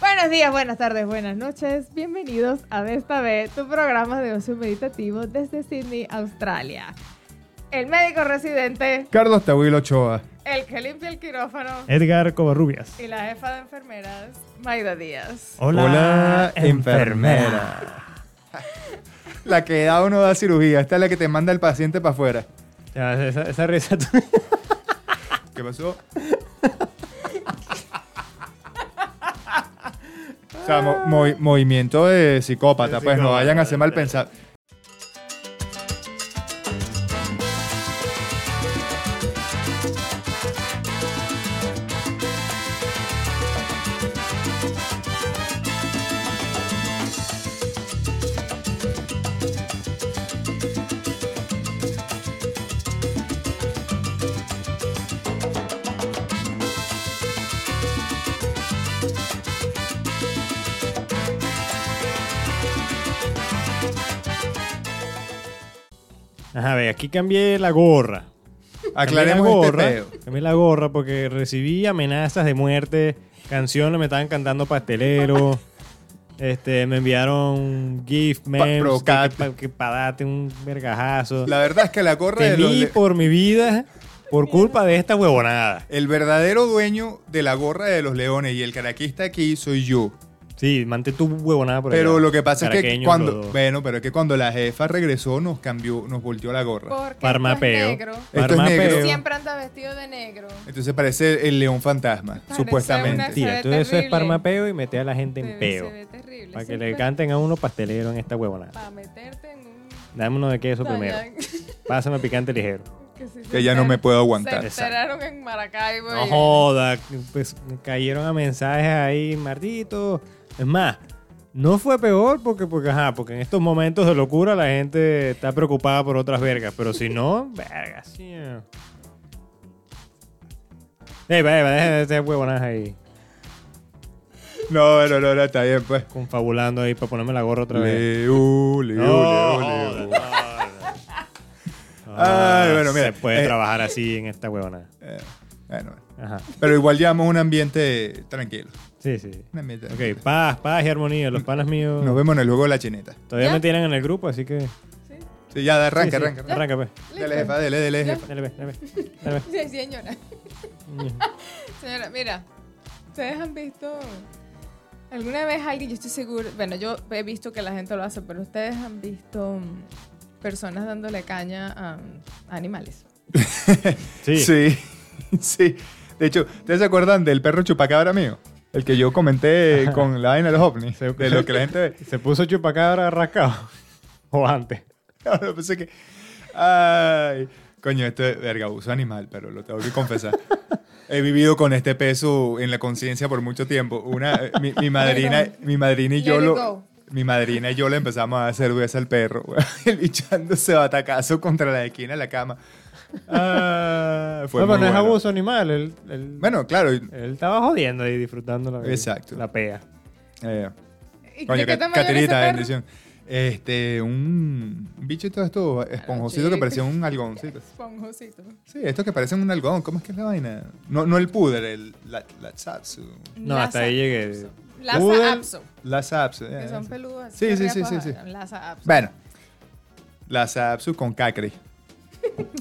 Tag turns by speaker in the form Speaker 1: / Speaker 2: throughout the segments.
Speaker 1: Buenos días, buenas tardes, buenas noches. Bienvenidos a Esta vez, tu programa de ocio meditativo desde Sydney, Australia. El médico residente,
Speaker 2: Carlos Tahuil Ochoa.
Speaker 1: el que limpia el quirófano
Speaker 3: Edgar Covarrubias.
Speaker 1: y la jefa de enfermeras, Maida Díaz.
Speaker 2: La que da o no da cirugía. Esta es la que te manda el paciente para afuera.
Speaker 3: Ya, esa, esa risa tú-
Speaker 2: ¿Qué pasó? o sea, mo- movi- movimiento de psicópata,
Speaker 3: De
Speaker 2: pues no
Speaker 3: psicópata.
Speaker 2: vayan a hacer mal pensar.
Speaker 3: Ajá, ve, aquí cambié la gorra.
Speaker 2: Aclaremos
Speaker 3: Cambié
Speaker 2: este
Speaker 3: la gorra.
Speaker 2: pedo.
Speaker 3: cambié la gorra porque recibí amenazas de muerte, canciones me estaban cantando pastelero. Este, me enviaron GIF, memes,
Speaker 2: provocarte.
Speaker 3: que, que- que pa' darte un vergajazo.
Speaker 2: La verdad es que la gorra de los
Speaker 3: Temí
Speaker 2: le-
Speaker 3: por mi vida por culpa de esta huevonada.
Speaker 2: El verdadero dueño de la gorra de los leones y el caraquista aquí soy yo.
Speaker 3: Sí, mantén tu huevonada por
Speaker 2: Pero
Speaker 3: allá.
Speaker 2: lo que pasa es que
Speaker 3: Caraqueños
Speaker 2: cuando.
Speaker 3: los dos.
Speaker 2: Bueno, pero es que cuando la jefa regresó nos cambió, nos volteó la gorra.
Speaker 1: Porque
Speaker 3: Parmapeo.
Speaker 1: esto es negro.
Speaker 2: es
Speaker 3: Parmapeo.
Speaker 2: negro.
Speaker 1: Siempre anda vestido de negro.
Speaker 2: Entonces parece el león fantasma,
Speaker 1: Parece
Speaker 2: supuestamente.
Speaker 1: una- Se
Speaker 3: Mentira,
Speaker 1: ve
Speaker 3: todo eso es
Speaker 1: terrible.
Speaker 3: parmapeo y meter a la gente
Speaker 1: Se ve-
Speaker 3: en peo.
Speaker 1: Se ve terrible.
Speaker 3: Para que le canten a uno pastelero en esta huevonada.
Speaker 1: Para meterte en un...
Speaker 3: Dame uno de queso primero.
Speaker 1: Dañan.
Speaker 3: Pásame picante ligero.
Speaker 1: Que si se
Speaker 2: Que ya no
Speaker 1: enter-
Speaker 2: me puedo aguantar.
Speaker 1: Se
Speaker 3: Exacto.
Speaker 1: enteraron en Maracaibo.
Speaker 3: No
Speaker 1: y-
Speaker 3: joda, pues cayeron a mensajes ahí, Martito. Es más, no fue peor porque, porque, ajá, porque en estos momentos de locura la gente está preocupada por otras vergas, pero si no, vergas. sí. eh. Ey, va, va, deja de hacer huevonadas ahí,
Speaker 2: No, no, no, no, está bien, pues.
Speaker 3: confabulando ahí para ponerme la gorra otra vez.
Speaker 2: Leo, Leo,
Speaker 3: No,
Speaker 2: Leo,
Speaker 3: joda,
Speaker 2: Leo.
Speaker 3: no, no.
Speaker 2: Ay, bueno, mira,
Speaker 3: Ah, Se puede
Speaker 2: eh.
Speaker 3: trabajar así en esta huevonada.
Speaker 2: Eh, bueno, bueno.
Speaker 3: Ajá.
Speaker 2: pero igual llevamos un ambiente tranquilo.
Speaker 3: Sí, sí.
Speaker 2: Un ambiente
Speaker 3: Ok,
Speaker 2: tranquilo.
Speaker 3: paz, paz y armonía. Los panas míos
Speaker 2: Nos vemos en el juego de la chineta.
Speaker 3: todavía
Speaker 1: ¿Ya?
Speaker 3: me tienen en el grupo, así que.
Speaker 1: Sí,
Speaker 2: Sí, ya, da- arranca,
Speaker 3: Sí, sí.
Speaker 2: arranca, arranca.
Speaker 3: Arranca, pues.
Speaker 2: Dele, jefa, dele, dele, jefa.
Speaker 3: Dale, ve, dale, pues. ve, dale, ve.
Speaker 1: Sí, señora. Señora, mira, ustedes han visto alguna vez alguien, yo estoy seguro, bueno, yo he visto que la gente lo hace, pero ustedes han visto mm, personas dándole caña a mm, animales.
Speaker 3: Sí.
Speaker 2: Sí, sí. De hecho, ¿ustedes se acuerdan del perro chupacabra mío? El que yo comenté con la vaina de los ovnis. De lo que la gente ve.
Speaker 3: Se puso chupacabra rascado. O antes.
Speaker 2: Ahora pensé que. Ay, coño, este verga, uso animal, pero lo tengo que confesar. He vivido con este peso en la conciencia por mucho tiempo. Una, eh, mi, mi madrina,
Speaker 1: Perdón.
Speaker 2: mi madrina y
Speaker 1: Let
Speaker 2: yo
Speaker 1: it
Speaker 2: lo.
Speaker 1: go.
Speaker 2: Mi madrina y yo le empezamos a hacer cerveza al perro. güey. El bichándose batacazo contra la esquina de la cama. Ah, fue
Speaker 3: no, pero
Speaker 2: muy
Speaker 3: no es
Speaker 2: bueno.
Speaker 3: abuso animal. Él, él-
Speaker 2: Bueno, claro. y-
Speaker 3: él estaba jodiendo y disfrutando la
Speaker 2: Exacto.
Speaker 3: La pea.
Speaker 2: eh,
Speaker 1: ¿Y
Speaker 2: coño,
Speaker 1: de qué
Speaker 2: Ca-
Speaker 1: tamaño era ese
Speaker 2: Caterita,
Speaker 1: perro?
Speaker 2: bendición. Este, un un bicho todo esto esponjosito que
Speaker 1: chico.
Speaker 2: parecía un algodoncito.
Speaker 1: Esponjosito.
Speaker 2: Sí, estos que parecen un algodón, ¿cómo es que es la vaina? No, no el puder, el la, la satsu.
Speaker 3: No,
Speaker 1: Lhasa
Speaker 3: hasta ahí llegué.
Speaker 1: Apso. Lhasa
Speaker 3: Poodle.
Speaker 1: Apso,
Speaker 2: La satsu.
Speaker 1: que
Speaker 2: eh,
Speaker 1: son
Speaker 2: sí.
Speaker 1: peludas.
Speaker 2: Sí, sí, sí,
Speaker 1: carriapas,
Speaker 2: sí, sí.
Speaker 1: Lhasa Apso.
Speaker 2: Bueno, la satsu con cacri.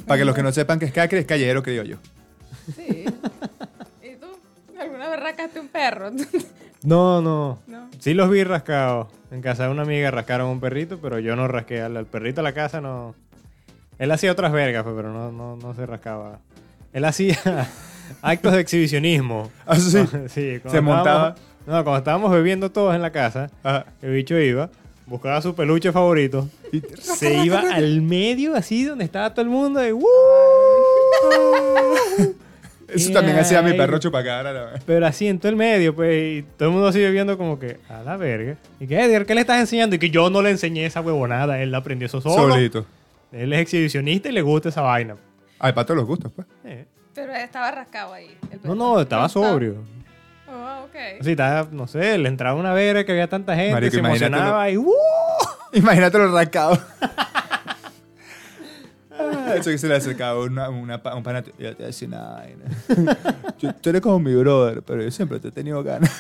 Speaker 2: Para que los que no sepan qué es cacri, es callejero criollo.
Speaker 1: Sí. ¿Y tú? ¿Alguna vez rascaste un perro?
Speaker 3: No, no.
Speaker 1: no.
Speaker 3: Sí los vi rascados. En casa de una amiga rascaron un perrito, pero yo no rasqué. Al, al perrito a la casa no. Él hacía otras vergas, pues, pero no, no, no se rascaba. Él hacía actos de exhibicionismo.
Speaker 2: Ah, sí.
Speaker 3: sí cuando
Speaker 2: Se montaba.
Speaker 3: estábamos- No, cuando estábamos bebiendo todos en la casa,
Speaker 2: Ajá.
Speaker 3: el bicho iba, buscaba su peluche favorito,
Speaker 2: Ah, Y-
Speaker 3: se iba al medio, así donde estaba todo el mundo, y ¡uh!
Speaker 2: Eso también
Speaker 3: Ay.
Speaker 2: hacía mi perro chupacabra. la verdad.
Speaker 3: Pero así en todo el medio, pues, y todo el mundo sigue viendo como que, a la verga. Y que, Edgar, ¿qué le estás enseñando? Y que yo no le enseñé esa huevonada, él la aprendió eso solo.
Speaker 2: Solito.
Speaker 3: Él es exhibicionista y le gusta esa vaina.
Speaker 2: Ay, para todos los gustos, pues.
Speaker 3: Eh.
Speaker 1: Pero estaba rascado ahí. el
Speaker 3: No,
Speaker 1: perro.
Speaker 3: no, estaba sobrio.
Speaker 1: Oh, ok.
Speaker 3: Así estaba, no sé, le entraba una verga que había tanta gente,
Speaker 2: Marico,
Speaker 3: se
Speaker 2: imagínatelo.
Speaker 3: emocionaba y ¡uh!
Speaker 2: Imagínate los rascados. Ah, Eso que se le acercaba una, una pa- un pana. Yo te decía una vaina. Yo- Tú eres como mi brother, pero yo siempre te he tenido ganas.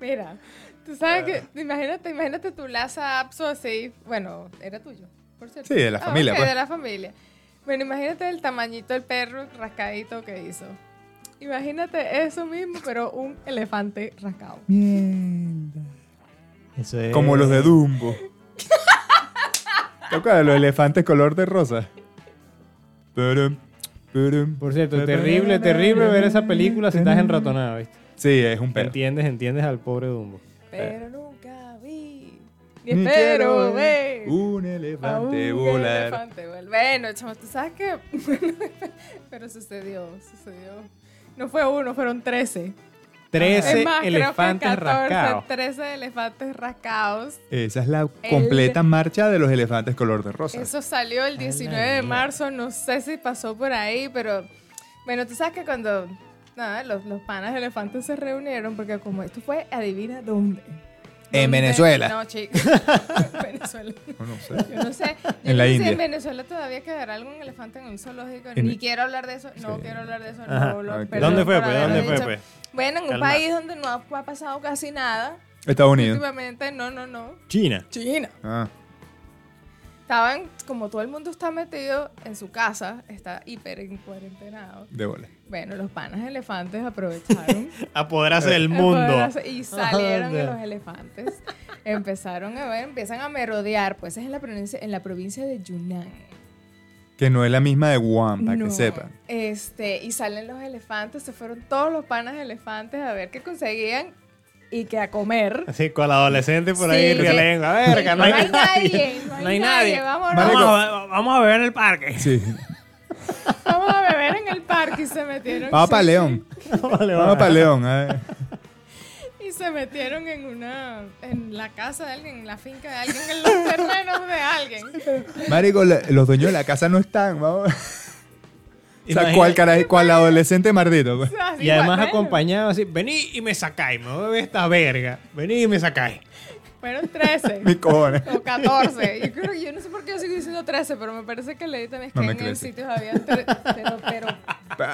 Speaker 1: Mira,
Speaker 2: Ah.
Speaker 1: tú sabes que, imagínate, imagínate tu Laza Apso así, bueno, era tuyo, por cierto.
Speaker 2: Sí, de la
Speaker 1: Ah,
Speaker 2: familia,
Speaker 1: ok,
Speaker 2: pues.
Speaker 1: de la familia. Bueno, imagínate el tamañito del perro rascadito que hizo. Imagínate eso mismo, pero un elefante rascado.
Speaker 2: Mierda.
Speaker 3: Eso es.
Speaker 2: Como los de Dumbo. ¿Te acuerdas de los elefantes color de rosa? Turum, turum.
Speaker 3: Por cierto, terrible, terrible ver esa película si estás enratonado, ¿viste?
Speaker 2: Sí, es un perro.
Speaker 3: Entiendes, entiendes al pobre Dumbo.
Speaker 1: Pero nunca vi. Ni
Speaker 2: Ni quiero
Speaker 1: espero ver.
Speaker 2: Un
Speaker 1: a un
Speaker 2: elefante volar.
Speaker 1: elefante volar. Bueno, chamo, tú sabes que. pero sucedió, sucedió. No fue uno, fueron 13.
Speaker 3: Trece
Speaker 1: es más,
Speaker 3: elefantes
Speaker 1: creo que 14,
Speaker 3: rascados.
Speaker 1: 13 elefantes rascados.
Speaker 2: Esa es la completa marcha de los elefantes color de rosa.
Speaker 1: Eso salió el 19
Speaker 3: A la
Speaker 1: de
Speaker 3: mierda.
Speaker 1: marzo, no sé si pasó por ahí, pero bueno, tú sabes que cuando nada, los, los panas elefantes se reunieron, porque como esto fue, adivina dónde.
Speaker 2: En
Speaker 1: ¿Dónde?
Speaker 2: Venezuela.
Speaker 1: No, chicos. Venezuela.
Speaker 2: No, no sé.
Speaker 1: Yo no sé. Yo no
Speaker 2: En la
Speaker 1: sé
Speaker 2: India.
Speaker 1: si en Venezuela todavía quedará algún elefante en un zoológico.
Speaker 2: En- E-
Speaker 1: Ni quiero hablar de eso. No
Speaker 2: Sí.
Speaker 1: quiero hablar de eso.
Speaker 3: Ajá.
Speaker 1: No, lo-
Speaker 2: Ok.
Speaker 1: perdón
Speaker 3: ¿Dónde fue,
Speaker 1: por
Speaker 3: pues?
Speaker 1: haberlo
Speaker 3: ¿Dónde fue,
Speaker 1: dicho.
Speaker 3: pues?
Speaker 1: Bueno, en un
Speaker 3: Calma.
Speaker 1: país donde no ha, ha pasado casi nada.
Speaker 2: Estados Unidos.
Speaker 1: Últimamente, no, no, no.
Speaker 3: China.
Speaker 1: China.
Speaker 2: Ah,
Speaker 1: Estaban, como todo el mundo está metido en su casa, está hiper en cuarentenado.
Speaker 2: de bola.
Speaker 1: Bueno, los panas elefantes aprovecharon.
Speaker 3: Apoderarse del mundo.
Speaker 1: Apoderarse- Y salieron
Speaker 3: Anda.
Speaker 1: los elefantes. Empezaron a ver, empiezan a merodear. Pues es en la provincia, en la provincia de Yunnan.
Speaker 2: Que no es la misma de Guam, para
Speaker 1: No.
Speaker 2: que sepan.
Speaker 1: Este, y salen los elefantes, se fueron todos los panas elefantes a ver qué conseguían y que a comer.
Speaker 3: Así, con la adolescente por ahí,
Speaker 1: Sí.
Speaker 3: rialenga. Verga, no hay, nadie.
Speaker 1: no hay nadie. Vámonos.
Speaker 3: Vamos a, vamos a beber en el parque.
Speaker 2: Sí.
Speaker 1: Vamos a beber en el parque y se metieron.
Speaker 2: Vamos para
Speaker 1: sí,
Speaker 2: León.
Speaker 3: Vale,
Speaker 2: Vamos
Speaker 3: vale.
Speaker 2: para León. a ver.
Speaker 1: sí, Y se metieron en una, en la casa de alguien, en la finca de alguien, en los terrenos de alguien.
Speaker 2: Marico, la- los dueños de la casa no están. Vamos. O sea,
Speaker 3: Imagínate.
Speaker 2: ¿cuál, carajo- cuál adolescente maldito? pues?
Speaker 1: O sea, así,
Speaker 3: Y además
Speaker 1: bueno,
Speaker 3: acompañado así, vení y me sacáis, me voy a beber esta verga. Vení y me sacáis.
Speaker 1: Fueron 13.
Speaker 2: Mis cojones.
Speaker 1: O 14. Yo, creo, yo no sé por qué yo sigo diciendo 13, pero me parece que leí también que
Speaker 2: No me
Speaker 1: en el
Speaker 2: crece.
Speaker 1: sitio había tre- Pero, pero,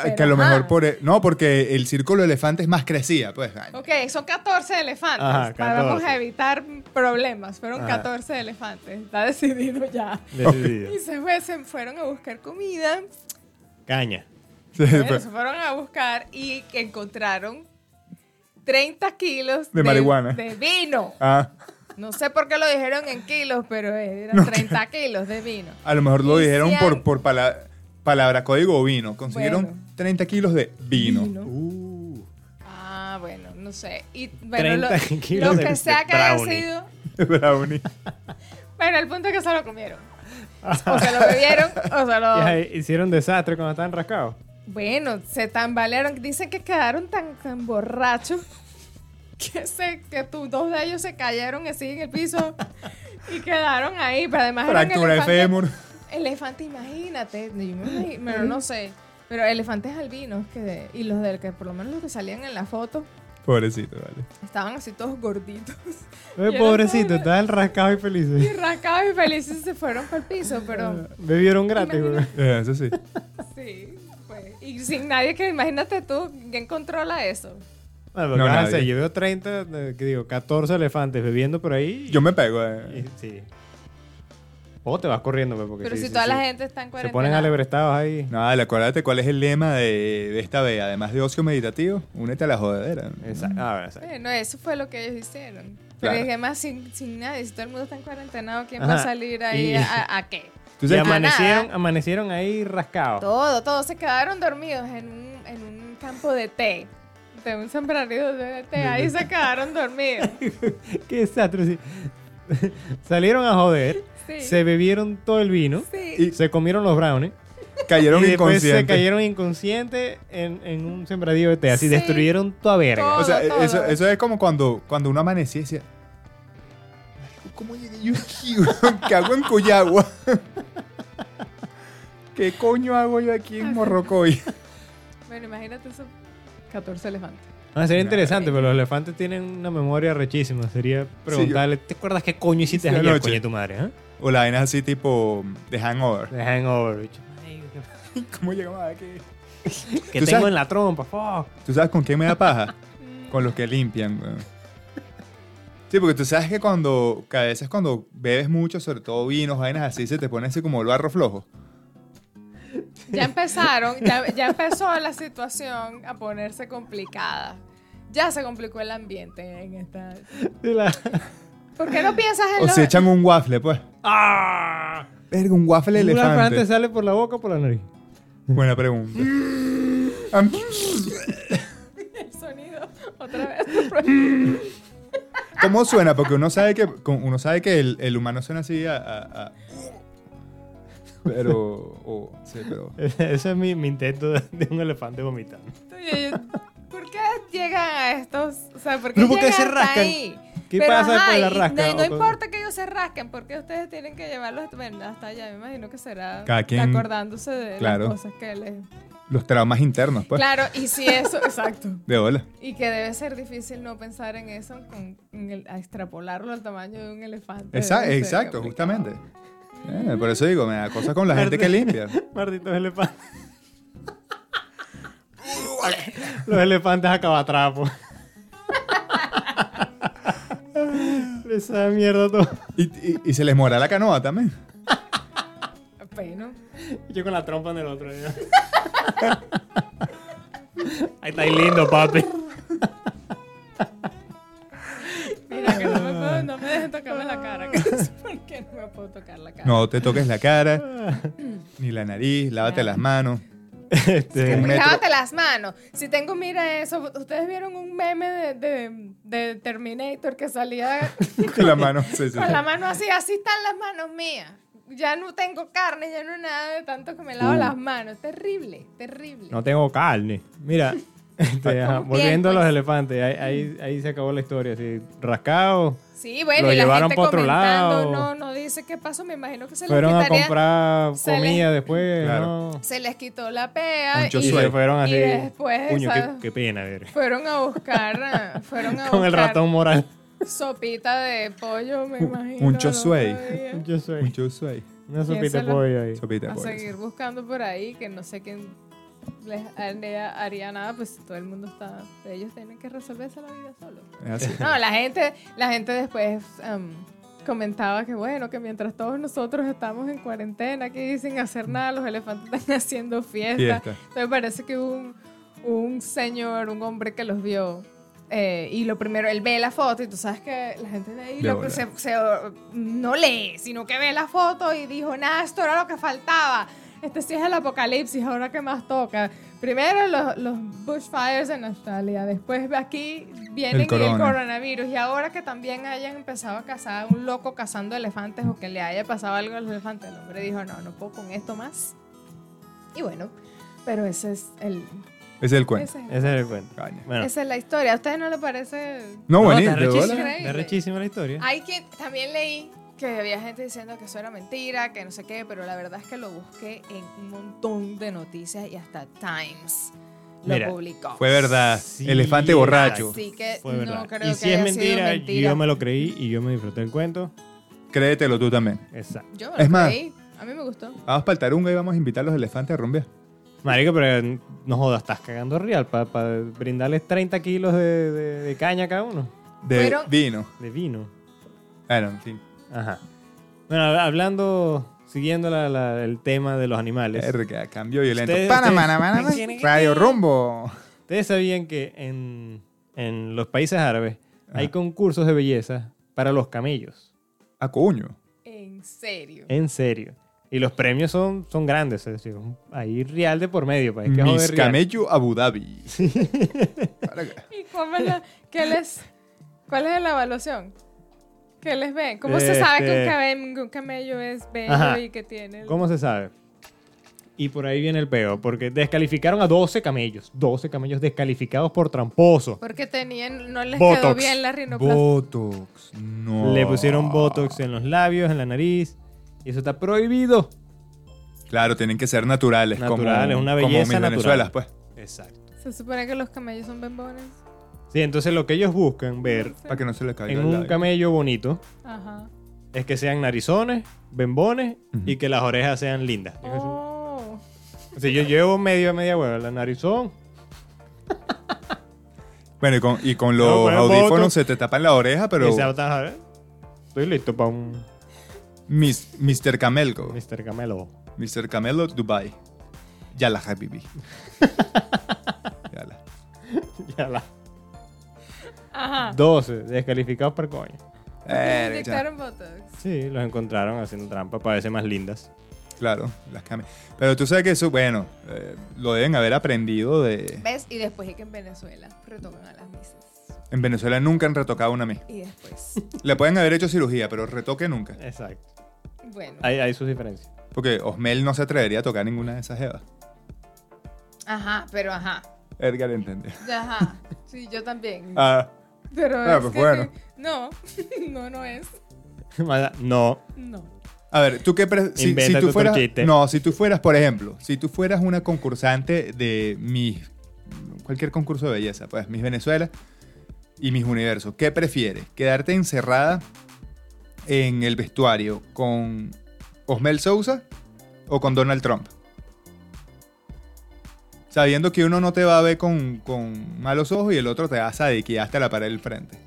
Speaker 1: pero,
Speaker 2: que a lo mejor
Speaker 1: ah.
Speaker 2: por. e, No, porque el círculo de elefantes más crecía, pues. Ay,
Speaker 1: Ok, son 14 elefantes.
Speaker 3: Ajá,
Speaker 1: Para- Vamos
Speaker 3: 14.
Speaker 1: a evitar problemas. Fueron
Speaker 3: Ajá.
Speaker 1: 14 elefantes. Está decidido ya.
Speaker 3: Decidido.
Speaker 1: Y se, fue- se fueron a buscar comida.
Speaker 3: Caña.
Speaker 2: sí,
Speaker 1: Bueno,
Speaker 2: pues,
Speaker 1: se fueron a buscar y que encontraron 30 kilos
Speaker 2: De marihuana.
Speaker 1: De vino.
Speaker 2: ah,
Speaker 1: No sé por qué lo dijeron en kilos, pero eran 30 kilos de vino.
Speaker 2: a lo mejor lo
Speaker 1: Y
Speaker 2: dijeron
Speaker 1: si
Speaker 2: por,
Speaker 1: han-
Speaker 2: por pala- palabra código vino. Consiguieron
Speaker 1: Bueno.
Speaker 2: 30 kilos de vino.
Speaker 1: Vino.
Speaker 2: Uh,
Speaker 1: Ah, bueno, no sé. Y bueno,
Speaker 3: 30
Speaker 1: lo,
Speaker 3: kilos
Speaker 1: lo
Speaker 3: de-
Speaker 1: que sea
Speaker 3: de
Speaker 1: que haya
Speaker 3: brownie.
Speaker 1: sido.
Speaker 2: brownie.
Speaker 1: Ah, Bueno, el punto es que se lo comieron. O se lo bebieron o se lo.
Speaker 3: Y ahí hicieron desastre cuando estaban rascados.
Speaker 1: Bueno, se tambalearon. Dicen que quedaron tan, tan borrachos que, se, que tu- dos de ellos se cayeron así en el piso y quedaron ahí. Pero además eran
Speaker 2: Fractura de
Speaker 1: elefantes-
Speaker 2: fémur.
Speaker 1: Elefante, imagínate. yo me imagino, Pero no sé. Pero elefantes albinos que de- y los del que por lo menos los que salían en la foto
Speaker 2: Pobrecito, vale.
Speaker 1: estaban así todos gorditos
Speaker 2: Eh,
Speaker 3: Ay,
Speaker 1: Yo
Speaker 3: pobrecito,
Speaker 1: no-
Speaker 3: estaban rascados y
Speaker 1: y
Speaker 3: felices.
Speaker 1: rascados y felices se fueron para el piso, pero
Speaker 3: Bebieron gratis, güey.
Speaker 2: Eh, Eso sí.
Speaker 1: sí, pues, y sin nadie que imagínate tú quién controla eso.
Speaker 3: Bueno,
Speaker 2: No,
Speaker 3: no,
Speaker 2: nadie.
Speaker 3: yo veo 30, eh, que digo, 14 elefantes bebiendo por ahí.
Speaker 2: Yo me pego.
Speaker 3: y-
Speaker 2: eh.
Speaker 3: sí. O te vas corriendo, pues, porque
Speaker 1: Pero
Speaker 3: sí,
Speaker 1: si
Speaker 3: sí,
Speaker 1: toda
Speaker 3: sí.
Speaker 1: la gente está en
Speaker 3: Se
Speaker 1: cuarentena.
Speaker 3: ponen alebrestados ahí.
Speaker 2: No, dale, acuérdate cuál es el lema de, de esta vez. Además de ocio meditativo, únete a la jodedera.
Speaker 3: Exacto. Ah, bueno, exacto.
Speaker 1: Bueno, eso fue lo que ellos hicieron. Pero
Speaker 2: Claro.
Speaker 1: es que además sin, sin nadie, si todo el mundo está en cuarentena, ¿quién va
Speaker 3: Ajá.
Speaker 1: a salir ahí
Speaker 3: Y-
Speaker 1: a, a qué?
Speaker 2: ¿Tú
Speaker 3: Y
Speaker 2: sabes que-
Speaker 3: amanecieron, amanecieron ahí rascados.
Speaker 1: Todo, todos se quedaron dormidos en un, en un campo de té. De un sembradío de té. Ahí se quedaron dormidos.
Speaker 3: Qué desastre. sí. Salieron a joder,
Speaker 1: Sí.
Speaker 3: se bebieron todo el vino,
Speaker 1: Sí.
Speaker 3: se comieron los brownies
Speaker 2: cayeron
Speaker 3: y después
Speaker 2: inconscientes?
Speaker 3: se cayeron inconscientes en, en un sembradío de té. Así
Speaker 1: Sí.
Speaker 3: destruyeron toda verga.
Speaker 1: Todo.
Speaker 2: O sea,
Speaker 1: todo.
Speaker 2: Eso, eso es como cuando, cuando uno amanecía y decía, "Marico, ¿cómo llegué yo aquí? weón? ¿Qué hago en Cuyagua? ¿Qué coño hago yo aquí en Morrocoy?
Speaker 1: Bueno, imagínate eso. 14 elefantes.
Speaker 3: Va a ser
Speaker 2: No.
Speaker 3: Ah, interesante, pero los elefantes tienen una memoria rechísima. Sería preguntarle, ¿te acuerdas qué coño hiciste
Speaker 2: Sí,
Speaker 3: ayer,
Speaker 2: anoche.
Speaker 3: coño de tu madre? ¿eh?
Speaker 2: O la vaina así tipo de hangover.
Speaker 3: De hangover, bicho. Ay,
Speaker 2: ¿Cómo llegamos aquí?
Speaker 3: Que
Speaker 2: ¿Tú
Speaker 3: tengo
Speaker 2: sabes?
Speaker 3: en la trompa, fuck.
Speaker 2: ¿Tú sabes con quién me da paja? Con los que limpian, weón. Sí, porque tú sabes que cuando, que a veces cuando bebes mucho, sobre todo vinos, vainas así, se te pone así como el barro flojo.
Speaker 1: Ya empezaron, ya, ya empezó la situación a ponerse complicada. Ya se complicó el ambiente en esta.
Speaker 3: Y la-
Speaker 1: ¿Por qué no piensas en
Speaker 2: O
Speaker 1: los-
Speaker 2: se echan un waffle, pues.
Speaker 3: ¡Ah!
Speaker 2: Verga, un waffle
Speaker 3: ¿Un
Speaker 2: elefante.
Speaker 3: elefante sale por la boca o por la nariz?
Speaker 2: Buena pregunta. Am-
Speaker 1: el sonido? Otra vez.
Speaker 2: ¿Cómo suena? Porque uno sabe que, con- uno sabe que el, el humano suena así a... a- a- Pero... o- sí, pero...
Speaker 3: Ese es mi, mi intento de, de un elefante vomitando.
Speaker 1: Oye, ¿Por qué llegan a estos? O sea, ¿por qué,
Speaker 3: Pero ¿por qué
Speaker 1: llegan
Speaker 3: se
Speaker 1: hasta
Speaker 3: rascan?
Speaker 1: ahí?
Speaker 3: ¿Qué
Speaker 1: Pero,
Speaker 3: pasa después de la
Speaker 1: y
Speaker 3: rasca?
Speaker 1: No, no
Speaker 3: O-
Speaker 1: importa que ellos se rasquen, porque ustedes tienen que llevarlos hasta- bueno, hasta allá. Me imagino que será
Speaker 2: Cada quien-
Speaker 1: acordándose de
Speaker 2: claro.
Speaker 1: las cosas que les.
Speaker 2: Los traumas internos, pues.
Speaker 1: Claro, y si eso, exacto.
Speaker 2: De hola.
Speaker 1: Y que debe ser difícil no pensar en eso, con, en el- a extrapolarlo al tamaño de un elefante.
Speaker 2: Esa-
Speaker 1: Debe ser
Speaker 2: exacto,
Speaker 1: complicado.
Speaker 2: justamente. Eh, por eso digo, me da cosas con la gente que limpia.
Speaker 3: Martito es elefante. Los elefantes acabatrapos. Esa mierda todo.
Speaker 2: Y, y- y se les mora la canoa también.
Speaker 1: Bueno,
Speaker 3: Y Yo con la trompa en el otro. ¿no? Ahí está ahí lindo, papi.
Speaker 1: mira que no me, puedo, no me dejen tocarme la cara, que es porque no me puedo tocar la cara.
Speaker 2: No te toques la cara, ni la nariz, lávate las manos.
Speaker 3: Este,
Speaker 2: metro.
Speaker 1: Lávate las manos. Si tengo, mira eso. Ustedes vieron un meme de, de- de Terminator que salía
Speaker 2: Con la mano. sí, sí, sí.
Speaker 1: con la mano así. Así están las manos mías. Ya no tengo carne, ya no nada de tanto que me lavo las manos. Terrible, terrible.
Speaker 3: no tengo carne. Mira, este, ajá,
Speaker 1: Bien,
Speaker 3: volviendo a los
Speaker 1: pues.
Speaker 3: elefantes, ahí, ahí, ahí se acabó la historia. Así, rascado.
Speaker 1: sí, bueno,
Speaker 3: lo
Speaker 1: y la
Speaker 3: llevaron
Speaker 1: gente
Speaker 3: pa' otro
Speaker 1: comentando, no,
Speaker 3: lado.
Speaker 1: no dice qué pasó. Me imagino que se les
Speaker 3: Fueron a
Speaker 1: quitaría-
Speaker 3: comprar
Speaker 1: se les-
Speaker 3: comida después,
Speaker 2: Claro.
Speaker 3: ¿no?
Speaker 1: se les quitó la pea
Speaker 2: Un
Speaker 1: y,
Speaker 2: Yo
Speaker 3: Y
Speaker 2: soy.
Speaker 3: se fueron así.
Speaker 1: y después
Speaker 3: Coño, qué,
Speaker 1: ¿sabes?
Speaker 3: qué pena, ver.
Speaker 1: fueron a buscar, ah, fueron a
Speaker 3: Con el
Speaker 1: buscar
Speaker 3: ratón moral.
Speaker 1: sopita de pollo, me
Speaker 2: Un-
Speaker 1: imagino.
Speaker 2: un
Speaker 1: al
Speaker 2: chop
Speaker 1: otro
Speaker 2: suey.
Speaker 1: día.
Speaker 3: Yo soy.
Speaker 2: Mucho uso ahí.
Speaker 3: Una sopita de
Speaker 1: Piénsalo.
Speaker 3: pollo ahí.
Speaker 2: Sopita pues. de
Speaker 1: a
Speaker 2: pollo.
Speaker 1: seguir buscando por ahí que no sé quién les haría, haría nada pues todo el mundo está ellos tienen que resolverse la vida solos
Speaker 2: Es así.
Speaker 1: no la gente la gente después em, comentaba que bueno que mientras todos nosotros estamos en cuarentena aquí sin hacer nada los elefantes están haciendo fiesta,
Speaker 2: Fiesta.
Speaker 1: entonces parece que hubo un, un señor un hombre que los vio eh, y lo primero, él ve la foto y tú sabes que la gente de ahí
Speaker 2: De
Speaker 1: lo-
Speaker 2: bola.
Speaker 1: se, se- no lee, sino que ve la foto y dijo, nada, esto era lo que faltaba. Este sí es el apocalipsis, ahora que más toca. Primero los, los bushfires en Australia, después aquí vienen
Speaker 2: El
Speaker 1: y el
Speaker 2: corona.
Speaker 1: coronavirus. Y ahora que también hayan empezado a cazar un loco cazando elefantes o que le haya pasado algo a los elefantes, el hombre dijo, no, no puedo con esto más. Y bueno, pero ese es el...
Speaker 2: Ese es el cuento.
Speaker 1: ese es el-
Speaker 3: Ese es el cuento.
Speaker 2: Coño.
Speaker 3: Bueno.
Speaker 1: esa es la historia. ¿A ustedes no les parece
Speaker 2: No,
Speaker 3: No,
Speaker 2: bonito,
Speaker 3: está
Speaker 2: de bola.
Speaker 3: rechísima, está
Speaker 1: Increíble.
Speaker 3: rechísima la historia.
Speaker 1: Hay que también leí que había gente diciendo que eso era mentira, que no sé qué, pero la verdad es que lo busqué en un montón de noticias y hasta Times lo
Speaker 3: Mira,
Speaker 1: publicó.
Speaker 2: Fue verdad.
Speaker 3: Sí,
Speaker 2: Elefante borracho.
Speaker 1: Así que
Speaker 3: Fue verdad.
Speaker 1: no creo
Speaker 3: y
Speaker 1: que
Speaker 3: si es
Speaker 1: haya sido
Speaker 3: mentira,
Speaker 1: mentira.
Speaker 3: yo me lo creí y yo me disfruté el cuento.
Speaker 2: Créetelo tú también.
Speaker 3: Exacto.
Speaker 1: Yo me
Speaker 2: Es
Speaker 1: lo
Speaker 2: más-
Speaker 1: creí. A mí me gustó.
Speaker 2: Vamos para el Tarunga y vamos a invitar a los elefantes a rumbear.
Speaker 3: Marico, pero no jodas, estás cagando real para brindarles 30 kilos de, de- de caña a cada uno.
Speaker 2: De
Speaker 1: Fueron-
Speaker 2: vino.
Speaker 3: De vino.
Speaker 2: Bueno, en fin.
Speaker 3: Ajá. Bueno, hab- hablando, siguiendo la- la- el tema de los animales.
Speaker 2: Verga, cambio violento.
Speaker 3: Ustedes-
Speaker 2: Panamá,
Speaker 3: ustedes-
Speaker 2: Panamá, Panamá. Radio Rumbo.
Speaker 3: Ustedes sabían que en, en los países árabes hay concursos de belleza para los camellos.
Speaker 2: A coño.
Speaker 1: En serio.
Speaker 3: En serio. Y los premios son, son grandes. Es decir, un- hay real de por medio. Para que
Speaker 2: Mis
Speaker 3: joder real.
Speaker 2: camello Abu Dhabi. Verga.
Speaker 1: ¿Y cómo es la- qué les, cuál es la evaluación? ¿Qué les ven? ¿Cómo se
Speaker 3: Este-
Speaker 1: sabe que un camello, que un camello es bello
Speaker 3: Ajá.
Speaker 1: y que tiene... el-
Speaker 3: ¿Cómo se sabe? Y por ahí viene el peo. Porque descalificaron a 12 camellos. 12 camellos descalificados por tramposo.
Speaker 1: Porque tenían, no les quedó
Speaker 3: Botox.
Speaker 1: bien la rinoplastia.
Speaker 2: Botox. No.
Speaker 3: Le pusieron botox en los labios, en la nariz. Y eso está prohibido.
Speaker 2: Claro, tienen que ser naturales.
Speaker 3: Naturales,
Speaker 2: como,
Speaker 3: una
Speaker 2: Como mis
Speaker 3: belleza natural.
Speaker 2: Venezuelas, pues.
Speaker 3: Exacto.
Speaker 1: Se supone que los camellos son bembones.
Speaker 3: Sí, entonces lo que ellos buscan ver
Speaker 2: Para que no se le caiga
Speaker 3: en
Speaker 2: el
Speaker 3: un
Speaker 2: labio.
Speaker 3: camello bonito
Speaker 1: Ajá.
Speaker 3: es que sean narizones, bembones y
Speaker 2: Ujú.
Speaker 3: que las orejas sean lindas.
Speaker 1: Oh.
Speaker 3: O sea, yo llevo medio a media hueva la narizón.
Speaker 2: Bueno, y con, y con los
Speaker 3: pero
Speaker 2: audífonos
Speaker 3: poco.
Speaker 2: se te tapan la oreja, pero
Speaker 3: Exacto, ¿eh? Estoy listo para un
Speaker 2: mis, Mr. Camelgo,
Speaker 3: Mr. Camelo.
Speaker 2: Mr. Camelo Dubai. Ya la habibi. Yala.
Speaker 3: Ya la.
Speaker 1: Ajá.
Speaker 3: 12, descalificados por coño.
Speaker 1: ¿Te
Speaker 2: Verga,
Speaker 1: inyectaron Botox?
Speaker 3: Sí, los encontraron haciendo trampa para verse más lindas.
Speaker 2: Claro, las came- Pero tú sabes que eso, bueno, eh, lo deben haber aprendido de...
Speaker 1: ¿Ves? Y después es que en Venezuela retocan a las misas.
Speaker 2: En Venezuela nunca han retocado una mí.
Speaker 1: Y después.
Speaker 2: Le pueden haber hecho cirugía, pero retoque nunca.
Speaker 3: Exacto.
Speaker 1: Bueno.
Speaker 3: Hay, hay sus diferencias.
Speaker 2: Porque Osmel no se atrevería a tocar ninguna de esas jevas.
Speaker 1: Ajá, pero ajá.
Speaker 2: Edgar entiende.
Speaker 1: Ajá. Sí, yo también.
Speaker 2: Ah,
Speaker 1: pero
Speaker 2: ah,
Speaker 1: es
Speaker 2: pues
Speaker 1: que
Speaker 2: bueno.
Speaker 1: no, no, no es.
Speaker 3: Mala- No,
Speaker 1: No.
Speaker 2: a ver, tú qué pre- si, si
Speaker 3: Invéntate
Speaker 2: tú
Speaker 3: otro
Speaker 2: fueras
Speaker 3: chiste.
Speaker 2: No, si tú fueras, por ejemplo, si tú fueras una concursante de mis cualquier concurso de belleza, pues mis Venezuela y mis universos, ¿qué prefieres? ¿Quedarte encerrada en el vestuario con Osmel Sousa o con Donald Trump? Sabiendo que uno no te va a ver con, con malos ojos y el otro te va a sadiquear hasta la pared del frente.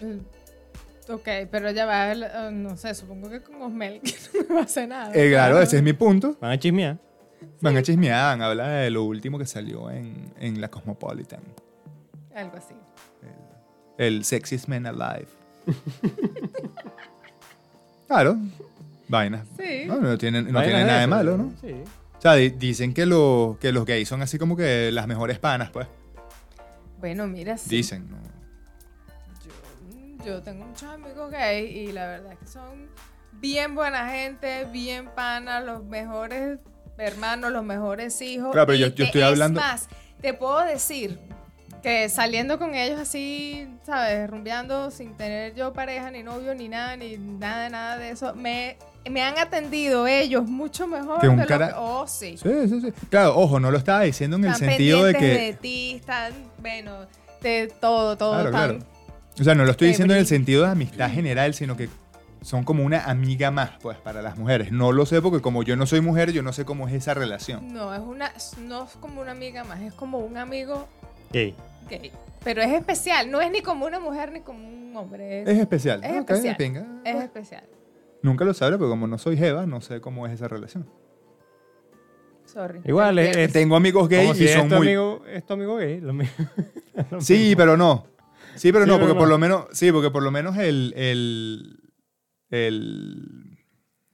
Speaker 1: Eh, Ok, pero ya va, el- eh, no sé, supongo que con Osmel que no me va a hacer nada.
Speaker 2: Eh, claro, ese es mi punto.
Speaker 3: van a chismear.
Speaker 2: Van a chismear, van a hablar de lo último que salió en, en la Cosmopolitan.
Speaker 1: Algo así.
Speaker 2: El Sexiest Man Alive. claro, vainas.
Speaker 1: Sí.
Speaker 2: No, no tiene, no
Speaker 3: Vainas
Speaker 2: tiene nada de
Speaker 3: esas.
Speaker 2: malo, ¿no?
Speaker 3: Sí.
Speaker 2: O sea, di- dicen que, los que los gays son así como que las mejores panas, pues.
Speaker 1: Bueno, mira, sí.
Speaker 2: Dicen, ¿no?
Speaker 1: Yo, mm, yo tengo muchos amigos gays y la verdad es que son bien buena gente, bien panas, los mejores hermanos, los mejores hijos.
Speaker 2: Claro, pero
Speaker 1: y
Speaker 2: yo- yo
Speaker 1: que
Speaker 2: estoy hablando-
Speaker 1: Es más, te puedo decir que saliendo con ellos así, ¿sabes? Rumbeando sin tener yo pareja, ni novio, ni nada, ni nada, nada de eso, me, me han atendido ellos mucho mejor
Speaker 2: Que un
Speaker 1: de lo
Speaker 2: cara-
Speaker 1: que- Oh, sí.
Speaker 2: Sí, sí, sí. Claro, ojo, no lo estaba diciendo en el
Speaker 1: Están
Speaker 2: sentido de que.
Speaker 1: pendientes de ti, están, bueno, de todo, todo.
Speaker 2: Claro,
Speaker 1: están-
Speaker 2: claro. O sea, no lo estoy diciendo en el
Speaker 1: Every-
Speaker 2: sentido de amistad general, sino que son como una amiga más, pues, para las mujeres. No lo sé porque como yo no soy mujer, yo no sé cómo es esa relación.
Speaker 1: No, es una, no es como una amiga más, es como un amigo
Speaker 3: Gay.
Speaker 1: gay. Pero es especial, no es ni como una mujer ni como un hombre, es,
Speaker 2: Es especial.
Speaker 1: Es
Speaker 2: Ah, ok, de
Speaker 1: especial.
Speaker 2: pinga.
Speaker 1: es
Speaker 2: Bueno,
Speaker 1: especial.
Speaker 2: Nunca lo sabré porque como no soy Jeva, no sé cómo es esa relación.
Speaker 1: Sorry.
Speaker 3: Igual, eh,
Speaker 1: Te
Speaker 3: es-
Speaker 1: entiendo.
Speaker 3: es-
Speaker 2: Eh, Tengo amigos gays
Speaker 3: Como si
Speaker 2: y son
Speaker 3: es tu
Speaker 2: muy...
Speaker 3: amigo, es tu amigo gay. lo mismo. Lo
Speaker 2: Sí,
Speaker 3: mismo.
Speaker 2: pero no. Sí, pero
Speaker 3: Sí,
Speaker 2: no,
Speaker 3: pero
Speaker 2: porque por
Speaker 3: no.
Speaker 2: lo menos... Sí, porque por lo menos el... el, el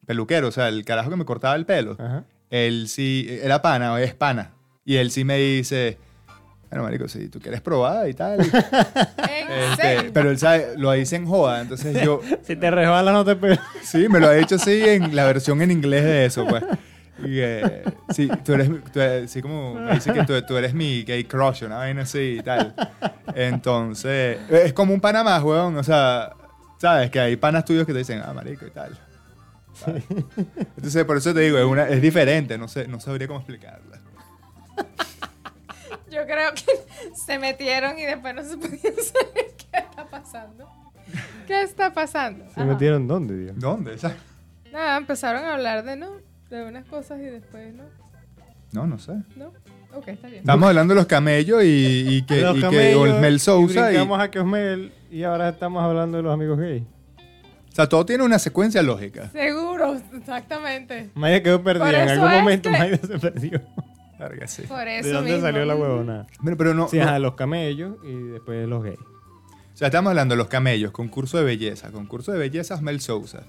Speaker 2: peluquero, o sea, el carajo que me cortaba el pelo.
Speaker 3: Ajá.
Speaker 2: él sí era pana o es pana. Y él sí me dice, bueno, marico, si tú quieres probar y tal.
Speaker 3: eh,
Speaker 1: En
Speaker 2: Este,
Speaker 1: serio.
Speaker 2: pero él sabe, lo dice en joda, entonces yo,
Speaker 3: Si te resbalas, no te pegas.
Speaker 2: sí, me lo ha dicho así en la versión en inglés de eso, pues. Y, eh, sí, tú eres, mi- tú eres- sí, como me dice que tú, tú eres mi gay crush, una vaina así y tal. Entonces, es como un pana más, weón, o sea, sabes que hay panas tuyos que te dicen, ah, marico, y tal. ¿Sabes? Entonces, por eso te digo, es, una, es diferente, no, sé, no sabría cómo explicarla.
Speaker 1: Yo creo que se metieron y después no se podían saber qué está pasando. ¿Qué está pasando?
Speaker 3: ¿Se
Speaker 1: Ajá.
Speaker 3: metieron dónde, Dios?
Speaker 2: ¿Dónde? Esa-
Speaker 1: Nada, empezaron a hablar de no, de unas cosas y después no,
Speaker 2: No, no sé.
Speaker 1: no. Ok, está bien.
Speaker 2: Estamos hablando de los camellos y, y que,
Speaker 3: Los
Speaker 2: y que
Speaker 3: camellos,
Speaker 2: Osmel Sousa.
Speaker 3: Y
Speaker 2: y-
Speaker 3: brincamos a que Osmel y ahora estamos hablando de los amigos gays.
Speaker 2: o sea, todo tiene una secuencia lógica.
Speaker 1: Seguro, exactamente.
Speaker 3: Maya quedó
Speaker 1: Por
Speaker 3: perdida. En
Speaker 1: eso
Speaker 3: algún
Speaker 1: es
Speaker 3: momento
Speaker 1: que-
Speaker 3: Maya se perdió.
Speaker 2: Verga, sí.
Speaker 1: Por eso
Speaker 3: ¿De dónde
Speaker 1: mismo.
Speaker 3: salió la huevona?
Speaker 2: Pero, pero no,
Speaker 3: Sí,
Speaker 2: no-
Speaker 3: ajá, los camellos y después los gays.
Speaker 2: O sea, estamos hablando de los camellos, concurso de belleza. Concurso de belleza, Osmel Sousa.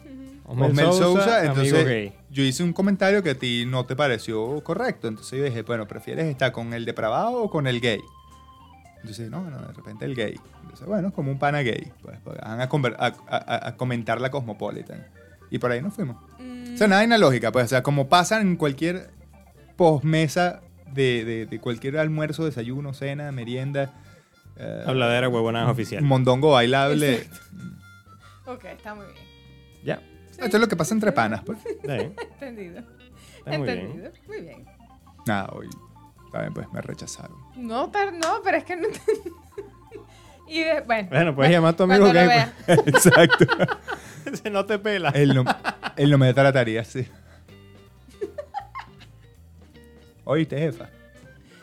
Speaker 3: Osmel, Sousa, amigo
Speaker 2: entonces
Speaker 3: gay.
Speaker 2: yo hice un comentario que a ti no te pareció correcto. Entonces yo dije, bueno, ¿prefieres estar con el depravado o con el gay? Entonces, no, no, de repente el gay. Entonces, bueno, como un pana gay. Pues, pues, van a, conver- a- a- a comentar la Cosmopolitan. Y por ahí nos fuimos.
Speaker 1: Mm,
Speaker 2: O sea, nada analógica, pues, o sea, como pasa en cualquier posmesa de, de, de cualquier almuerzo, desayuno, cena, merienda, eh,
Speaker 3: Habladera huevona oficial.
Speaker 2: mondongo bailable.
Speaker 1: ok, está muy bien.
Speaker 3: Ya,
Speaker 2: Ah, Esto es lo que pasa entre panas, pues.
Speaker 3: está bien.
Speaker 1: Entendido.
Speaker 3: Está muy bien.
Speaker 1: Entendido. Muy bien.
Speaker 2: Nada, hoy también pues me rechazaron.
Speaker 1: No, pero, no, pero es que no entendí. Y de, bueno.
Speaker 3: Bueno, puedes llamar a tu amigo
Speaker 1: Cuando lo
Speaker 3: gay.
Speaker 1: vea.
Speaker 2: Exacto.
Speaker 3: pues. Se no te pela.
Speaker 2: Él no, él no me trataría así. Oíste, jefa.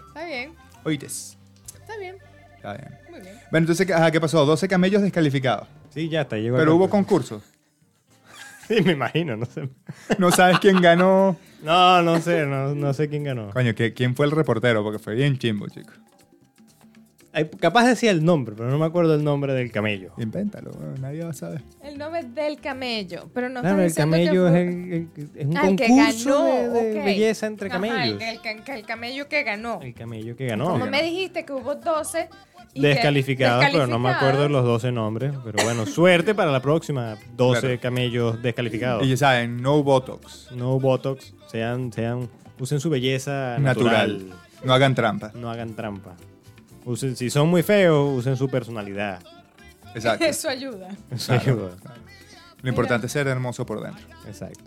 Speaker 1: Está bien,
Speaker 2: Oíste.
Speaker 1: está bien.
Speaker 2: Está bien.
Speaker 1: Muy bien.
Speaker 2: Bueno, entonces, ajá, ¿qué pasó? 12 camellos descalificados.
Speaker 3: Sí, ya está, llegó.
Speaker 2: Pero
Speaker 3: el
Speaker 2: hubo
Speaker 3: campeón.
Speaker 2: concurso.
Speaker 3: Sí, me imagino, no sé.
Speaker 2: No sabes quién ganó.
Speaker 3: No, no sé, no, no sé quién ganó.
Speaker 2: Coño, ¿qué- ¿quién fue el reportero? Porque fue bien chimbo, chico.
Speaker 3: Ay, capaz decía el nombre, pero no me acuerdo el nombre del camello.
Speaker 2: Invéntalo, weón, nadie va a saber.
Speaker 1: El nombre del camello. Pero no
Speaker 3: Claro, el
Speaker 1: estás diciendo que
Speaker 3: camello es,
Speaker 1: fue-
Speaker 3: el- el- es un
Speaker 1: Ah, el que
Speaker 3: concurso
Speaker 1: ganó,
Speaker 3: de, de
Speaker 1: ok.
Speaker 3: belleza entre
Speaker 1: Ajá,
Speaker 3: camellos.
Speaker 1: el, el ca- el camello que ganó.
Speaker 3: El camello que ganó.
Speaker 1: Como me dijiste que hubo 12. y que-
Speaker 3: Descalificados, pero no me acuerdo
Speaker 1: descalificados.
Speaker 3: los 12 nombres. Pero bueno, suerte para la próxima. 12
Speaker 2: Claro.
Speaker 3: camellos descalificados.
Speaker 2: Y ya saben, no Botox.
Speaker 3: No Botox, sean, sean, usen su belleza
Speaker 2: Natural.
Speaker 3: natural.
Speaker 2: No hagan trampa.
Speaker 3: No hagan trampa. Usen, si son muy feos, usen su personalidad.
Speaker 2: Exacto.
Speaker 1: Eso ayuda.
Speaker 3: Eso
Speaker 2: Claro.
Speaker 3: ayuda.
Speaker 2: Lo importante es ser hermoso por dentro.
Speaker 3: Exacto.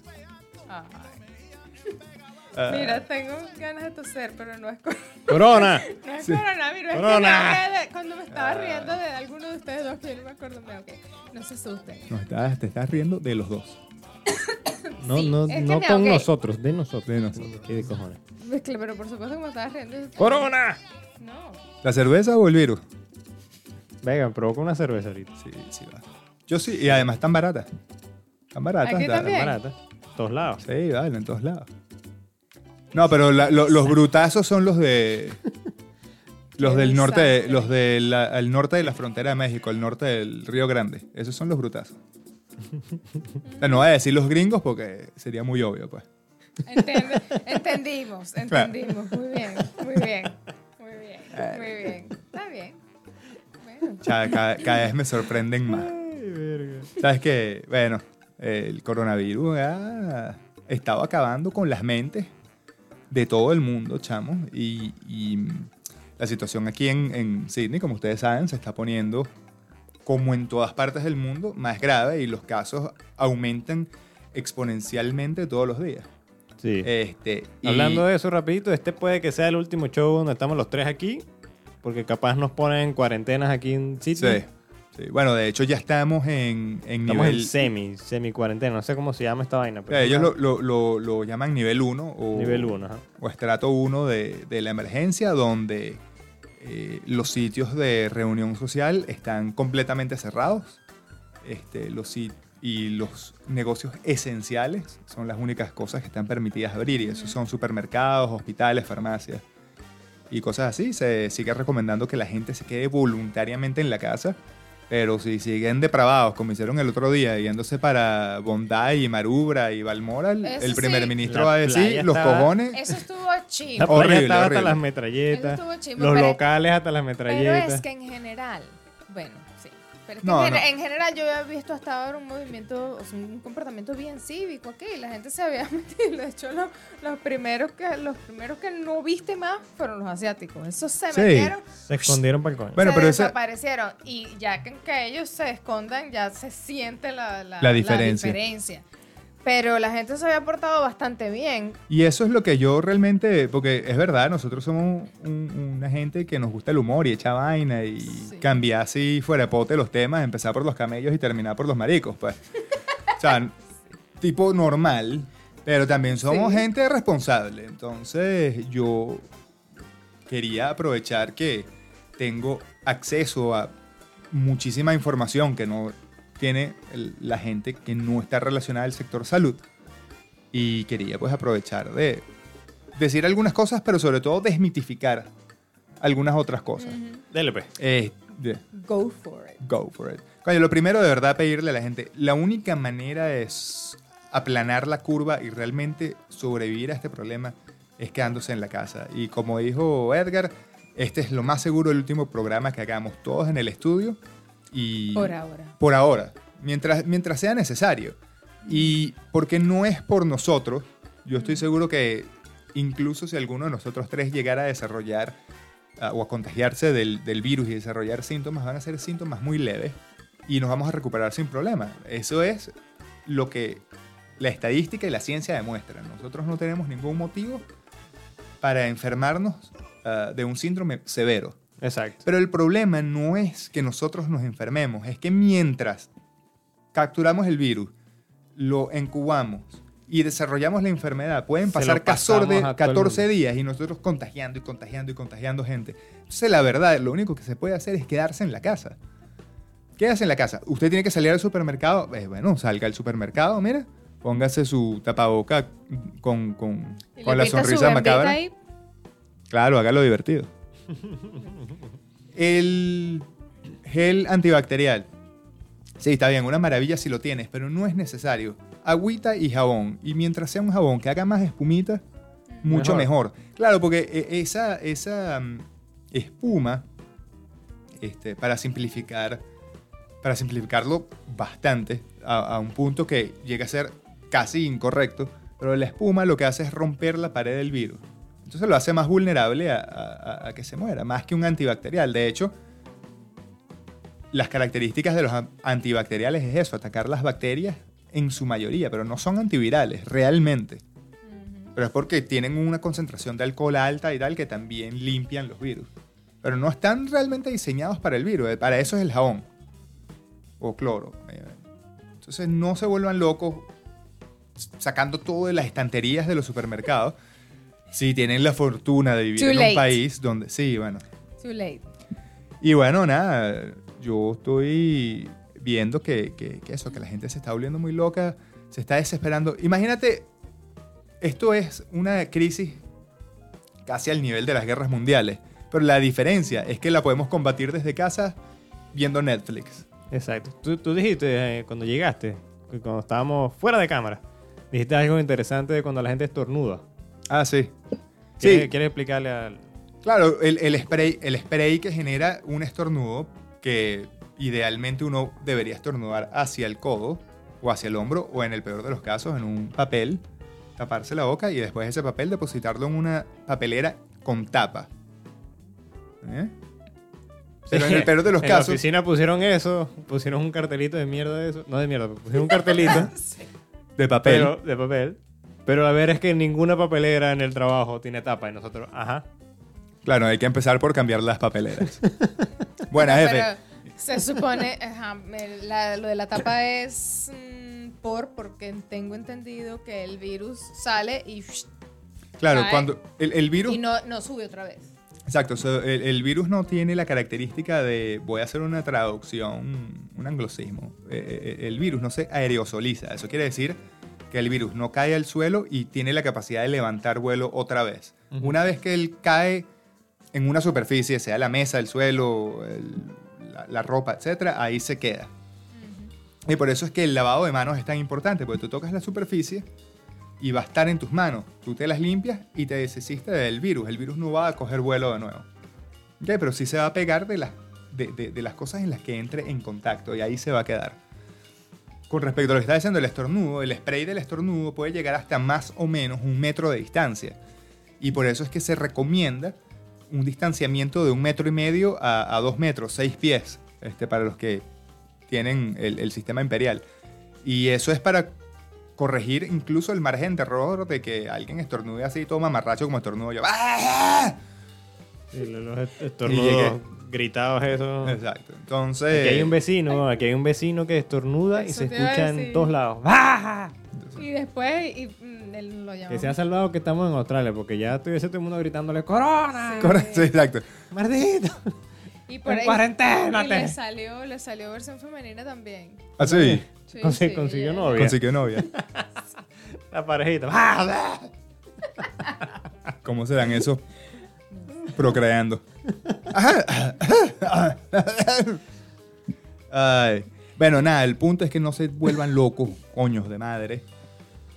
Speaker 2: Ah,
Speaker 1: Mira, tengo ganas de toser, pero no es, cor-
Speaker 3: ¡Corona!
Speaker 1: no es coronavirus. es que
Speaker 3: Corona.
Speaker 1: me acordé de- cuando me estaba riendo de alguno de ustedes dos, que yo no me acuerdo, me ok, no se asusten.
Speaker 2: no, estás- te estás riendo de los dos.
Speaker 3: No,
Speaker 1: Sí,
Speaker 3: no,
Speaker 1: es que
Speaker 3: no
Speaker 1: me
Speaker 3: con
Speaker 1: ahogué.
Speaker 3: nosotros, de nosotros.
Speaker 2: De nosotros.
Speaker 3: ¿Qué de cojones?
Speaker 1: Pues, claro, Pero por supuesto, como estabas riendo. yo-
Speaker 3: ¡Corona!
Speaker 1: No.
Speaker 2: ¿La cerveza o el virus?
Speaker 3: Venga, provoca una cerveza ahorita.
Speaker 2: Sí, sí va. Yo sí, y además tan barata. Tan barata.
Speaker 1: Aquí
Speaker 2: tan-
Speaker 1: también. Bien.
Speaker 3: Barata. Todos lados.
Speaker 2: Sí, vale, en todos lados. No, pero la- lo- los brutazos son los de. Los
Speaker 1: Qué
Speaker 2: del norte, de-
Speaker 1: desastre.
Speaker 2: los del al norte de la frontera de México, el norte del Río Grande. Esos son los brutazos. O sea, no voy a decir los gringos porque sería muy obvio, pues.
Speaker 1: Entiende- entendimos, entendimos. Muy bien, muy bien, muy bien, muy bien. Está bien. Bueno,
Speaker 2: O sea, cada, cada vez me sorprenden más.
Speaker 3: Ay, verga.
Speaker 2: Sabes que, bueno, el coronavirus ha estado acabando con las mentes de todo el mundo, chamo. Y, y la situación aquí en, en Sydney, como ustedes saben, se está poniendo, como en todas partes del mundo, más grave y los casos aumentan exponencialmente todos los días.
Speaker 3: Sí.
Speaker 2: Este, y-
Speaker 3: Hablando de eso rapidito, este puede que sea el último show donde estamos los tres aquí, porque capaz nos ponen en cuarentenas aquí en Sydney.
Speaker 2: Sí, sí. Bueno, de hecho ya estamos en, en
Speaker 3: Estamos
Speaker 2: nivel...
Speaker 3: en semi, semi cuarentena, no sé cómo se llama esta vaina. Pero
Speaker 2: ellos lo, lo- lo- lo llaman nivel 1 o...
Speaker 3: Nivel 1, ajá.
Speaker 2: o estrato 1 de, de la emergencia, donde eh, los sitios de reunión social están completamente cerrados este, los, sit- y los negocios esenciales son las únicas cosas que están permitidas abrir, y esos son supermercados, hospitales, farmacias y cosas así. Se sigue recomendando que la gente se quede voluntariamente en la casa. Pero si siguen depravados, como hicieron el otro día, yéndose para Bondi y Marubra y Balmoral,
Speaker 1: Eso
Speaker 2: el
Speaker 1: sí.
Speaker 2: primer ministro
Speaker 3: La
Speaker 2: va a decir
Speaker 3: playa
Speaker 2: los
Speaker 3: estaba-
Speaker 2: cojones
Speaker 1: eso estuvo chido.
Speaker 3: La playa
Speaker 2: Horrible,
Speaker 3: estaba
Speaker 2: horrible.
Speaker 3: hasta
Speaker 1: Eso
Speaker 3: las
Speaker 1: estuvo
Speaker 3: metralletas,
Speaker 1: chimbo,
Speaker 3: los
Speaker 1: pero-
Speaker 3: locales hasta las
Speaker 1: Pero
Speaker 3: metralletas.
Speaker 1: es que en general, bueno, sí. Pero es que
Speaker 2: No,
Speaker 1: en, gen-
Speaker 2: no.
Speaker 1: en general yo había visto hasta ahora un movimiento, o sea, un comportamiento bien cívico aquí. La gente se había metido. De hecho, los, los primeros que los primeros que no viste más fueron los asiáticos. Esos se
Speaker 2: Sí.
Speaker 1: metieron,
Speaker 3: Se escondieron para el coño.
Speaker 2: Bueno,
Speaker 1: se
Speaker 2: pero ese-
Speaker 1: desaparecieron. Y ya que, que ellos se escondan, ya se siente la, la-
Speaker 2: La diferencia.
Speaker 1: diferencia. Pero la gente se había portado bastante bien.
Speaker 2: Y eso es lo que yo realmente, porque es verdad, nosotros somos un- una gente que nos gusta el humor y echa vaina y
Speaker 1: Sí.
Speaker 2: cambiar así fuera de pote los temas, empezar por los camellos y terminar por los maricos, pues. o sea, n- tipo normal, pero también somos
Speaker 1: Sí.
Speaker 2: gente responsable. Entonces yo quería aprovechar que tengo acceso a muchísima información que no tiene el- la gente que no está relacionada al sector salud. Y quería pues aprovechar de decir algunas cosas, pero sobre todo desmitificar algunas otras cosas.
Speaker 3: Dele, pues.
Speaker 2: Eh, de-
Speaker 1: Go for it.
Speaker 2: go for it. Coño, lo primero de verdad pedirle a la gente, la única manera es aplanar la curva y realmente sobrevivir a este problema es quedándose en la casa. Y como dijo Edgar, este es lo más seguro el último programa que hagamos todos en el estudio. Y
Speaker 1: Por ahora.
Speaker 2: por ahora, mientras, mientras sea necesario. Y porque no es por nosotros, yo estoy seguro que incluso si alguno de nosotros tres llegara a desarrollar ah, o a contagiarse del, del virus y desarrollar síntomas, van a ser síntomas muy leves y nos vamos a recuperar sin problema. Eso es lo que la estadística y la ciencia demuestran. Nosotros no tenemos ningún motivo para enfermarnos ah, de un síndrome severo.
Speaker 3: Exacto.
Speaker 2: Pero el problema no es que nosotros nos enfermemos, es que mientras capturamos el virus, lo incubamos, y desarrollamos la enfermedad. Pueden
Speaker 3: Se lo
Speaker 2: pasar
Speaker 3: pasamos
Speaker 2: 14,
Speaker 3: a todo el
Speaker 2: 14 días y nosotros contagiando y contagiando y contagiando gente. Entonces, la verdad, lo único que se puede hacer es quedarse en la casa. Quédase en la casa. Usted tiene que salir al supermercado. eh, bueno, salga al supermercado, mira. Póngase su tapaboca con, con,
Speaker 1: Y le
Speaker 2: con la
Speaker 1: pinta su
Speaker 2: sonrisa
Speaker 1: gambita
Speaker 2: macabra.
Speaker 1: ahí.
Speaker 2: Claro, hágalo divertido. El gel antibacterial. Sí, está bien, una maravilla si lo tienes, pero no es necesario. Agüita y jabón. Y mientras sea un jabón que haga más espumita, mucho mejor. Claro, porque eh, esa, esa mm, espuma, este, para simplificar, para simplificarlo bastante, a, a un punto que llega a ser casi incorrecto, pero la espuma lo que hace es romper la pared del virus. Entonces lo hace más vulnerable a, a- a- a que se muera, más que un antibacterial. De hecho, las características de los an- antibacteriales es eso, atacar las bacterias en su mayoría, pero no son antivirales realmente. Pero es porque tienen una concentración de alcohol alta y tal que también limpian los virus. Pero no están realmente diseñados para el virus, eh, para eso es el jabón o cloro. eh. Entonces no se vuelvan locos sacando todo de las estanterías de los supermercados. Si tienen la fortuna de vivir
Speaker 1: Too
Speaker 2: en
Speaker 1: late.
Speaker 2: un país donde... Sí, bueno.
Speaker 1: Too late.
Speaker 2: Y bueno, nada, yo estoy viendo que, que- que eso, que la gente se está volviendo muy loca, se está desesperando. Imagínate, esto es una crisis casi al nivel de las guerras mundiales, pero la diferencia es que la podemos combatir desde casa viendo Netflix.
Speaker 3: Exacto. Tú, tú dijiste eh, cuando llegaste, que cuando estábamos fuera de cámara, dijiste algo interesante de cuando la gente estornuda.
Speaker 2: Ah, sí.
Speaker 3: ¿Quieres,
Speaker 2: Sí.
Speaker 3: ¿Quieres explicarle al...
Speaker 2: Claro, el, el spray, el spray que genera un estornudo que idealmente uno debería estornudar hacia el codo o hacia el hombro o en el peor de los casos en un papel, taparse la boca y después ese papel depositarlo en una papelera con tapa. ¿Eh? Pero en el peor de los
Speaker 3: en la
Speaker 2: casos...
Speaker 3: oficina pusieron eso, pusieron un cartelito de mierda de eso. No de mierda, pero pusieron un cartelito
Speaker 2: De
Speaker 3: pero, de papel. Pero la ver es que ninguna papelera en el trabajo tiene tapa y nosotros, ajá.
Speaker 2: Claro, hay que empezar por cambiar las papeleras. Buena,
Speaker 1: No,
Speaker 2: jefe.
Speaker 1: pero se supone, ajá, me- la- lo de la tapa es mm, por, porque tengo entendido que el virus sale y,
Speaker 2: Claro,
Speaker 1: Ay.
Speaker 2: cuando el, el virus...
Speaker 1: y no, no sube otra vez.
Speaker 2: Exacto, o sea, el, el virus no tiene la característica de, voy a hacer una traducción, un anglosismo, Eh, eh, el virus no se aerosoliza, eso quiere decir que el virus no cae al suelo y tiene la capacidad de levantar vuelo otra vez. Una vez que él cae en una superficie, sea la mesa, el suelo, el- la, la ropa, etcétera, ahí se queda. Y por eso es que el lavado de manos es tan importante, porque tú tocas la superficie y va a estar en tus manos. Tú te las limpias y te deshiciste del virus. El virus no va a coger vuelo de nuevo. Ok, pero sí se va a pegar de las, de, de- de las cosas en las que entre en contacto y ahí se va a quedar. Con respecto a lo que está diciendo el estornudo, el spray del estornudo puede llegar hasta más o menos un metro de distancia. Y por eso es que se recomienda un distanciamiento de un metro y medio a, a dos metros, seis pies, este, para los que tienen el, el sistema imperial. Y eso es para corregir incluso el margen de error de que alguien estornude así, todo mamarracho como estornudo yo. ¡Ah!
Speaker 3: Sí, lo- Los est-
Speaker 2: Y
Speaker 3: estornudos
Speaker 2: llegué.
Speaker 3: gritados, eso.
Speaker 2: Exacto. Entonces.
Speaker 3: Aquí hay un vecino, aquí hay un vecino que estornuda y
Speaker 1: Eso
Speaker 3: se
Speaker 1: te iba a
Speaker 3: escucha en
Speaker 1: decir.
Speaker 3: todos lados. ¡Ah!
Speaker 1: Y después y, mm, él lo
Speaker 3: Que se ha
Speaker 1: llamamos.
Speaker 3: salvado que estamos en Australia, porque ya estuviese todo el mundo gritándole ¡Corona!
Speaker 1: Sí.
Speaker 2: Correcto, exacto.
Speaker 3: ¡Maldito!
Speaker 1: Y
Speaker 3: en cuarentena,
Speaker 1: y
Speaker 3: te-
Speaker 1: le salió, le salió versión femenina también.
Speaker 2: Así.
Speaker 1: Sí,
Speaker 3: Consi-
Speaker 1: sí,
Speaker 3: consiguió
Speaker 1: ya.
Speaker 3: novia.
Speaker 2: Ah, Consiguió novia.
Speaker 3: La parejita. ¡Ah!
Speaker 2: ¿Cómo serán esos procreando? Ay. Bueno, nada, el punto es que no se vuelvan locos, coños de madre.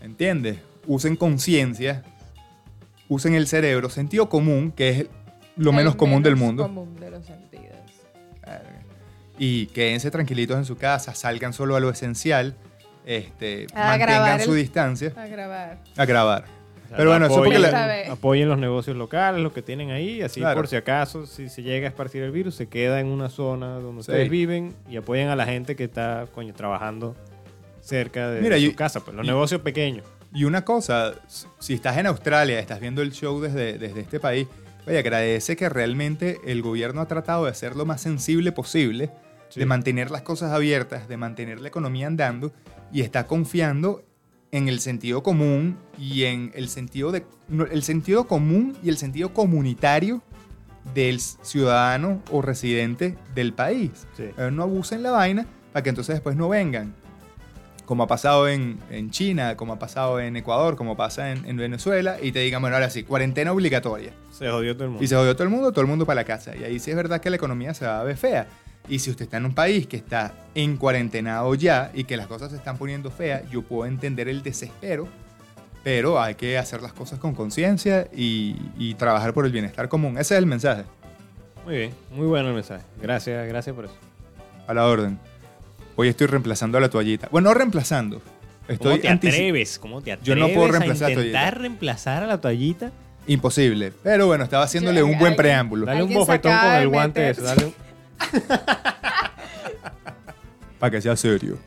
Speaker 2: ¿Entiendes? Usen conciencia, usen el cerebro, sentido común, que es lo
Speaker 1: El
Speaker 2: menos común del
Speaker 1: menos
Speaker 2: mundo.
Speaker 1: común de los sentidos.
Speaker 2: Y quédense tranquilitos en su casa, salgan solo a lo esencial, este,
Speaker 1: A
Speaker 2: mantengan
Speaker 1: grabar
Speaker 2: su
Speaker 1: el-
Speaker 2: distancia,
Speaker 1: A grabar.
Speaker 2: a grabar. Pero bueno, eso
Speaker 3: apoyen,
Speaker 2: porque la-
Speaker 1: Esta vez.
Speaker 3: apoyen los negocios locales, los que tienen ahí, así
Speaker 2: Claro.
Speaker 3: por si acaso, si se llega a esparcir el virus, se queda en una zona donde
Speaker 2: Sí.
Speaker 3: ustedes viven y apoyen a la gente que está, coño, trabajando cerca de,
Speaker 2: Mira,
Speaker 3: de su
Speaker 2: y-
Speaker 3: casa, pues los
Speaker 2: y-
Speaker 3: negocios pequeños.
Speaker 2: Y una cosa, s- si estás en Australia, estás viendo el show desde, desde este país, oye, agradece que realmente el gobierno ha tratado de ser lo más sensible posible,
Speaker 3: Sí.
Speaker 2: de mantener las cosas abiertas, de mantener la economía andando y está confiando en el sentido común y en el sentido de no, el sentido común y el sentido comunitario del s- ciudadano o residente del país.
Speaker 3: Sí.
Speaker 2: Eh, No abusen la vaina para que entonces después no vengan. Como ha pasado en, en China, como ha pasado en Ecuador, como pasa en, en Venezuela, y te digan, bueno, ahora sí, cuarentena obligatoria.
Speaker 3: Se jodió todo el mundo.
Speaker 2: Y se jodió todo el mundo, todo el mundo para la casa. Y ahí sí es verdad que la economía se va a ver fea. Y si usted está en un país que está en cuarentenado ya y que las cosas se están poniendo feas, yo puedo entender el desespero, pero hay que hacer las cosas con conciencia y, y trabajar por el bienestar común. Ese es el mensaje.
Speaker 3: Muy bien, muy bueno el mensaje. Gracias, gracias por eso.
Speaker 2: A la orden. Hoy estoy reemplazando a la toallita. Bueno, no reemplazando. Estoy
Speaker 3: ¿Cómo te
Speaker 2: antici-
Speaker 3: atreves? ¿Cómo te atreves
Speaker 2: Yo no puedo reemplazar
Speaker 3: a
Speaker 2: la toallita.
Speaker 3: intentar reemplazar a la toallita?
Speaker 2: Imposible. Pero bueno, estaba haciéndole
Speaker 1: Yo-
Speaker 2: un buen
Speaker 1: alguien-
Speaker 2: preámbulo.
Speaker 3: Dale un
Speaker 1: Alguien se
Speaker 3: bofetón
Speaker 1: acaba
Speaker 3: con
Speaker 1: de
Speaker 3: el guante
Speaker 1: meter.
Speaker 3: ese, dale un-
Speaker 2: Para que sea serio.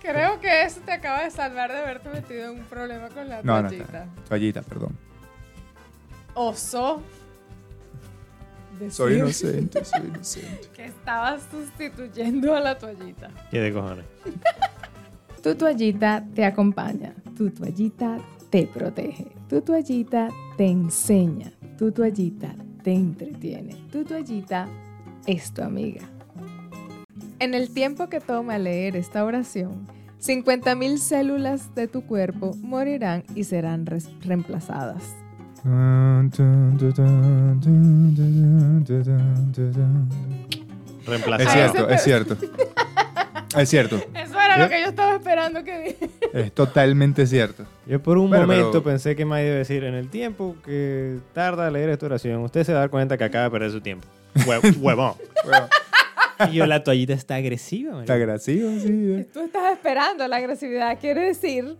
Speaker 1: Creo que eso te acaba de salvar de haberte metido en un problema con la
Speaker 2: No, no,
Speaker 1: toallita.
Speaker 2: está- toallita, perdón.
Speaker 1: Oso. Decir
Speaker 2: Soy inocente, soy inocente.
Speaker 1: que estabas sustituyendo a la toallita.
Speaker 3: ¿Qué de cojones?
Speaker 1: Tu toallita te acompaña, tu toallita te protege, tu toallita te enseña, tu toallita te entretiene, tu toallita es tu amiga. En el tiempo que toma leer esta oración, 50.000 células de tu cuerpo morirán y serán res- reemplazadas.
Speaker 2: Es
Speaker 1: Ah,
Speaker 3: Reemplazar.
Speaker 2: cierto, es cierto. Es cierto,
Speaker 1: Eso era
Speaker 2: lo
Speaker 1: lo que yo estaba esperando que
Speaker 2: es totalmente cierto.
Speaker 3: Yo por un
Speaker 2: Bueno,
Speaker 3: momento
Speaker 2: pero-
Speaker 3: pensé que me iba a decir en el tiempo que tarda leer esta oración. Usted se va a dar cuenta que acaba de perder su tiempo. Hue- huevón. y yo la toallita está agresiva. marico.
Speaker 2: Está gracioso, sí. eh.
Speaker 1: Tú estás esperando la agresividad, quiere decir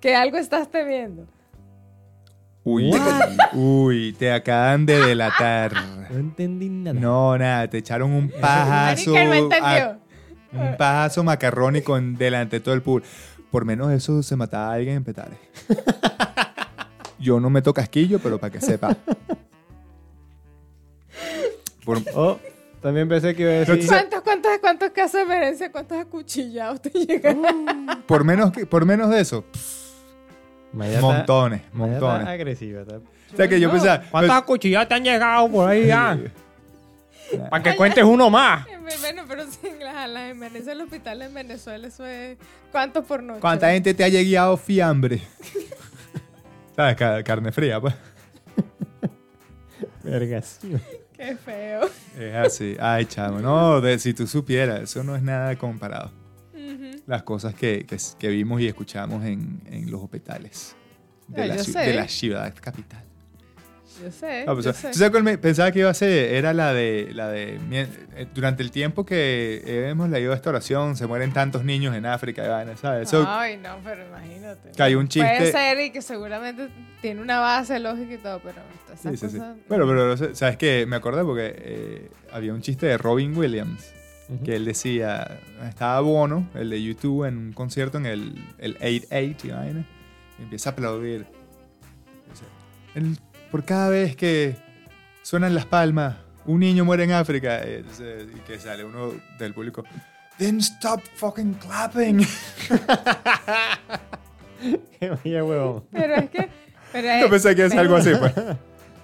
Speaker 1: que algo estás temiendo.
Speaker 2: Uy, uy, te acaban de delatar.
Speaker 3: No entendí nada.
Speaker 2: No, nada, te echaron un pajazo.
Speaker 1: Marica, no
Speaker 2: a-
Speaker 1: entendió.
Speaker 2: Un pajazo macarrónico en delante de todo el público. Por menos eso se mataba a alguien en Petare. Yo no meto casquillo, pero para que sepa. Por-
Speaker 3: Oh, también pensé que iba a decir.
Speaker 1: ¿Cuántos, cuántos, cuántos casos de violencia, cuántos acuchillados te llegan?
Speaker 2: Uh. Por menos, que- por menos de eso, pff,
Speaker 3: Maya está-
Speaker 2: montones,
Speaker 3: Maya está
Speaker 2: montones.
Speaker 3: agresiva. está- Pues
Speaker 2: O sea que yo pensaba,
Speaker 3: ¿Cuántas cuchilladas te han llegado por ahí ya? Para que cuentes uno más.
Speaker 1: Bueno, pero sin las alas en Venezuela, el hospital en Venezuela, eso es. ¿Cuántos por noche?
Speaker 2: ¿cuánta gente te ha llegado fiambre? ¿Sabes? Ca- Carne fría, pues.
Speaker 3: Vergas.
Speaker 1: Qué feo.
Speaker 2: Es así. Ay, chavo, no, de- si tú supieras, eso no es nada comparado. Las cosas que, que, que vimos y escuchamos en, en los hospitales de,
Speaker 1: Ah,
Speaker 2: la,
Speaker 1: yo
Speaker 2: ciu-
Speaker 1: sé.
Speaker 2: de la ciudad capital.
Speaker 1: Yo sé.
Speaker 2: Ah, pues,
Speaker 1: yo
Speaker 2: ¿tú
Speaker 1: sé.
Speaker 2: sabes cuál me- pensaba que iba a ser? Era la de, la de mien- eh, durante el tiempo que hemos leído esta oración, se mueren tantos niños en África, y vaina, ¿sabes? Eso-
Speaker 1: Ay, no, pero imagínate.
Speaker 2: Que hay un chiste-
Speaker 1: Puede ser y que seguramente tiene una base lógica y todo, pero esas
Speaker 2: Sí, sí, sí.
Speaker 1: cosas-
Speaker 2: Bueno, pero sabes que me acordé porque eh, había un chiste de Robin Williams que él decía, estaba Bono, el de YouTube, en un concierto en el, el 8-8 y vaina, y empieza a aplaudir. Dice, "El- por cada vez que suenan las palmas, un niño muere en África, eh, entonces, y que sale uno del público, then stop fucking clapping.
Speaker 3: Qué Maya huevón.
Speaker 1: Pero es que. Pero
Speaker 2: Yo pensé que es algo así, pues.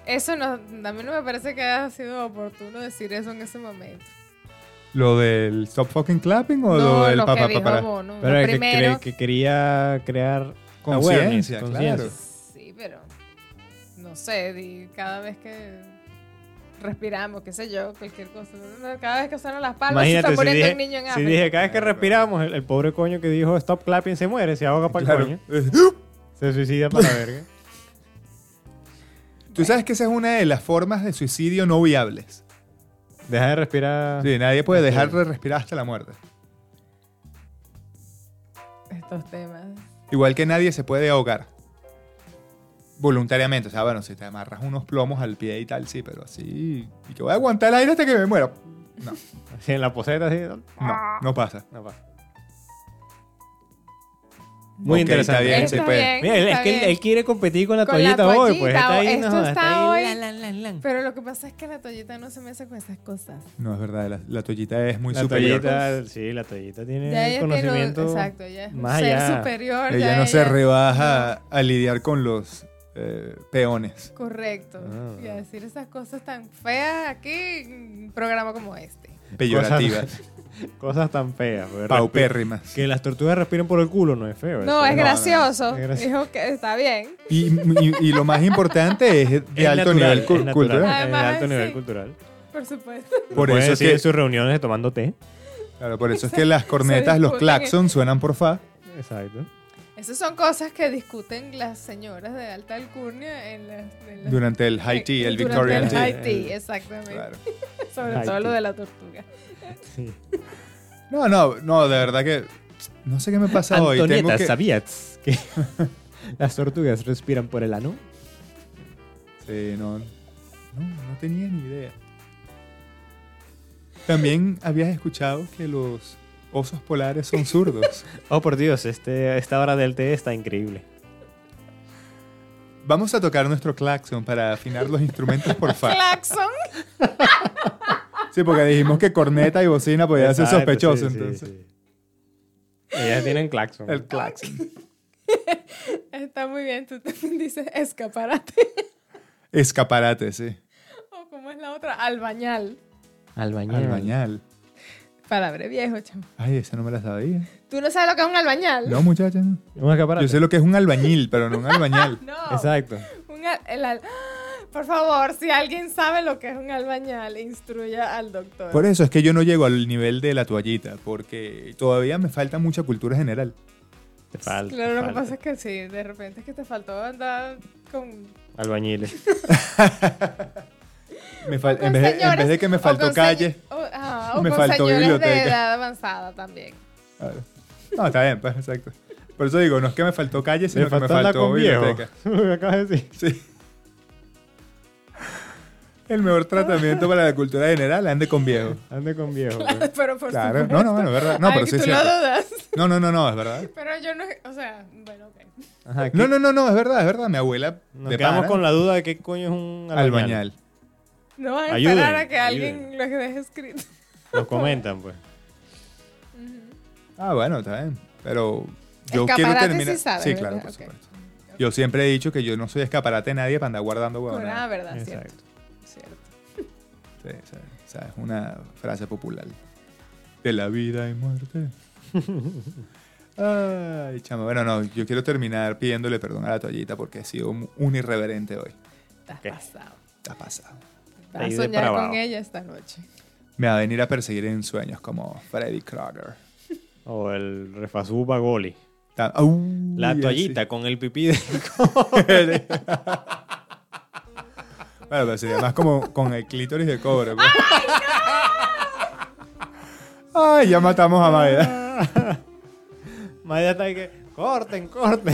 Speaker 1: Eso no, a mí no me parece que haya sido oportuno decir eso en ese momento.
Speaker 2: ¿Lo del stop fucking clapping o lo
Speaker 1: no,
Speaker 2: del
Speaker 1: lo
Speaker 2: pa-
Speaker 1: que
Speaker 2: pa-
Speaker 1: dijo
Speaker 2: para-
Speaker 1: Bono.
Speaker 3: Pero
Speaker 1: Lo
Speaker 3: es que,
Speaker 1: primero,
Speaker 3: cre- que quería crear
Speaker 2: Conciencia,
Speaker 3: awareness,
Speaker 2: claro.
Speaker 1: Sí, pero no sé, di- cada vez que respiramos, qué sé yo, cualquier cosa. Cada vez que suenan las palmas, se está
Speaker 3: Imagínate, si
Speaker 1: muriendo
Speaker 3: dije,
Speaker 1: un niño en
Speaker 3: si
Speaker 1: África.
Speaker 3: dije, cada vez que
Speaker 2: Claro.
Speaker 3: respiramos, el, el pobre coño que dijo stop clapping se muere, se ahoga para el
Speaker 2: Claro. Eh,
Speaker 3: coño. Se suicida para la verga.
Speaker 2: Tú sabes que esa es una de las formas de suicidio no viables.
Speaker 3: Deja de respirar.
Speaker 2: Sí, nadie puede
Speaker 3: Ah. Ok.
Speaker 2: dejar de respirar hasta la muerte.
Speaker 1: Estos temas.
Speaker 2: Igual que nadie se puede ahogar. Voluntariamente. O sea, bueno, si te amarras unos plomos al pie y tal, sí, pero así. Y que voy a aguantar el aire hasta que me muero. No,
Speaker 3: Así en la poseta, así. No,
Speaker 2: no, no pasa.
Speaker 3: no pasa. Muy
Speaker 2: Ok,
Speaker 3: interesante. Este,
Speaker 1: Está
Speaker 2: Está bien, sí, pues.
Speaker 1: bien.
Speaker 3: Mira, él- es
Speaker 1: está
Speaker 3: que él,
Speaker 1: bien.
Speaker 3: él quiere competir con la
Speaker 1: Con la
Speaker 3: toallita hoy, pues
Speaker 1: toallita,
Speaker 3: está ahí,
Speaker 1: esto
Speaker 3: no,
Speaker 1: está hoy.
Speaker 3: lan, lan, lan, lan.
Speaker 1: Pero lo que pasa es que la toallita no se mesa con esas cosas.
Speaker 2: No, es verdad, la, la toallita es muy
Speaker 3: La
Speaker 2: superior.
Speaker 3: toallita, sí, la toallita tiene
Speaker 1: Ya
Speaker 3: el
Speaker 1: ella tiene
Speaker 3: conocimiento.
Speaker 1: un, exacto, ya es un
Speaker 3: más
Speaker 1: ser
Speaker 3: allá.
Speaker 1: superior.
Speaker 2: Ella
Speaker 1: ya
Speaker 2: no se rebaja a lidiar con los eh, peones.
Speaker 1: Correcto.
Speaker 3: Ah.
Speaker 1: Y a decir esas cosas tan feas aquí en un programa como este.
Speaker 2: Peyorativas,
Speaker 3: Cosas tan feas, ¿verdad?
Speaker 2: paupérrimas.
Speaker 3: Que las tortugas respiren por el culo Pues no es feo.
Speaker 1: No,
Speaker 3: eso.
Speaker 1: es
Speaker 2: no,
Speaker 1: gracioso.
Speaker 3: no, es gracioso.
Speaker 1: Dijo que está bien.
Speaker 2: Y, y- y lo más importante es de
Speaker 3: Es
Speaker 2: alto
Speaker 3: natural,
Speaker 2: nivel cu-
Speaker 3: es natural,
Speaker 2: cultural.
Speaker 3: es de
Speaker 1: Además,
Speaker 3: alto nivel
Speaker 1: sí.
Speaker 3: cultural.
Speaker 1: Por supuesto.
Speaker 2: Por eso, es
Speaker 3: decir en
Speaker 2: que,
Speaker 3: sus reuniones tomando té.
Speaker 2: claro, por eso es que las cornetas, los
Speaker 1: discuten en-
Speaker 2: claxons suenan por fa.
Speaker 3: Exacto.
Speaker 1: Esas son cosas que discuten las señoras de alta alcurnia en las. en las-
Speaker 2: Durante el high tea, el
Speaker 1: durante
Speaker 2: Victorian
Speaker 1: el
Speaker 2: tea.
Speaker 1: high tea, exactamente.
Speaker 2: Claro.
Speaker 1: Sobre
Speaker 3: High
Speaker 1: todo lo
Speaker 3: tea.
Speaker 1: de la tortuga.
Speaker 3: Sí.
Speaker 2: No, no, no, de verdad que no sé qué me pasa hoy. Tengo
Speaker 3: Antonieta,
Speaker 2: que-
Speaker 3: ¿sabías que las tortugas respiran por el ano?
Speaker 2: Sí, no, no, no tenía ni idea. También habías escuchado que los osos polares son zurdos.
Speaker 3: Oh, por Dios, este, esta hora del té está increíble.
Speaker 2: Vamos a tocar nuestro claxon para afinar los instrumentos, por favor.
Speaker 1: Claxon.
Speaker 2: Sí, porque dijimos que corneta y bocina podía ser
Speaker 3: Exacto,
Speaker 2: sospechoso,
Speaker 3: sí, sí,
Speaker 2: entonces.
Speaker 3: sí. Ellas tienen claxon.
Speaker 2: El claxon.
Speaker 1: Está muy bien. Tú también dices escaparate.
Speaker 2: Escaparate, sí.
Speaker 1: O como es la otra, albañal.
Speaker 3: Albañal.
Speaker 2: Albañal.
Speaker 1: Palabra viejo, chamo.
Speaker 2: Ay, esa no me la sabía.
Speaker 1: ¿Tú no sabes lo que es un albañal?
Speaker 2: No, muchacha, no.
Speaker 3: Un escaparate.
Speaker 2: Yo sé lo que es un albañil, pero no un albañal.
Speaker 1: No.
Speaker 3: Exacto.
Speaker 1: Un al- el al- Por favor, si alguien sabe lo que es un albañal, instruya al doctor.
Speaker 2: Por eso es que yo no llego al nivel de la toallita, porque todavía me falta mucha cultura general.
Speaker 3: Te falta.
Speaker 1: claro,
Speaker 3: te
Speaker 1: lo que
Speaker 3: falta.
Speaker 1: pasa es que sí, de repente es que te faltó andar con...
Speaker 3: Albañiles.
Speaker 2: Me fal-
Speaker 1: con
Speaker 2: en, vez de, en
Speaker 1: señores,
Speaker 2: vez de que me
Speaker 1: o
Speaker 2: faltó
Speaker 1: con se-
Speaker 2: calle.
Speaker 1: O, ah, o
Speaker 2: me
Speaker 1: con
Speaker 2: faltó
Speaker 1: señores
Speaker 2: biblioteca.
Speaker 1: de edad avanzada también.
Speaker 2: A ver. No, está bien, pues, exacto. Por eso digo, no es que me faltó calle, sino
Speaker 3: Le
Speaker 2: que me
Speaker 3: faltó andar
Speaker 2: faltó
Speaker 3: con viejo.
Speaker 2: biblioteca.
Speaker 3: Lo que acabas de decir.
Speaker 2: Sí. El mejor tratamiento para la cultura general, ande con viejo.
Speaker 3: Ande con viejo. pues. güey.
Speaker 1: Pero por
Speaker 2: Claro.
Speaker 1: supuesto.
Speaker 2: No, no, bueno, es verdad. No,
Speaker 1: Ay,
Speaker 2: pero
Speaker 1: que
Speaker 2: sí es
Speaker 1: tú lo
Speaker 2: cierto.
Speaker 1: dudas.
Speaker 2: No, no, no, no, es verdad.
Speaker 1: Pero yo no... O sea, bueno, ok.
Speaker 3: Ajá, ¿qué-
Speaker 2: No, no, no, no, es verdad, es verdad. Mi abuela
Speaker 3: Nos
Speaker 2: de
Speaker 3: quedamos
Speaker 2: pana,
Speaker 3: con la duda de qué coño es un
Speaker 2: albañal.
Speaker 3: albañal.
Speaker 1: No van a
Speaker 3: Ayuden,
Speaker 1: esperar a que alguien
Speaker 3: ayuden.
Speaker 1: lo deje escrito.
Speaker 3: Nos comentan, pues.
Speaker 2: Ah, bueno, está bien. Pero yo quiero
Speaker 1: Escaparate
Speaker 2: terminar.
Speaker 1: sí sabes,
Speaker 2: claro,
Speaker 1: ¿verdad?
Speaker 2: por
Speaker 1: Ok.
Speaker 2: supuesto. Yo siempre he dicho que yo no soy escaparate de nadie para andar guardando huevonadas.
Speaker 1: Ah, verdad,
Speaker 3: Exacto.
Speaker 1: cierto. cierto.
Speaker 2: Sí, sí, o sea, es una frase popular. De la vida y muerte. Ay, chamo. Bueno, no, yo quiero terminar pidiéndole perdón a la toallita porque he sido un un irreverente hoy.
Speaker 1: Estás
Speaker 3: Ok.
Speaker 1: pasado.
Speaker 2: Está pasado.
Speaker 1: Vas a
Speaker 3: Ahí
Speaker 1: soñar
Speaker 3: depravado.
Speaker 1: con ella esta noche.
Speaker 2: Me va a venir a perseguir en sueños como Freddy Krueger.
Speaker 3: O el refazú bagoli.
Speaker 2: Ta- Uy,
Speaker 3: La
Speaker 2: así.
Speaker 3: toallita con el pipí de...
Speaker 2: Bueno, pero sería más como con el clítoris de cobre. pues. Ay, ya matamos a Maeda.
Speaker 3: Maya está ahí que... Corten, corten.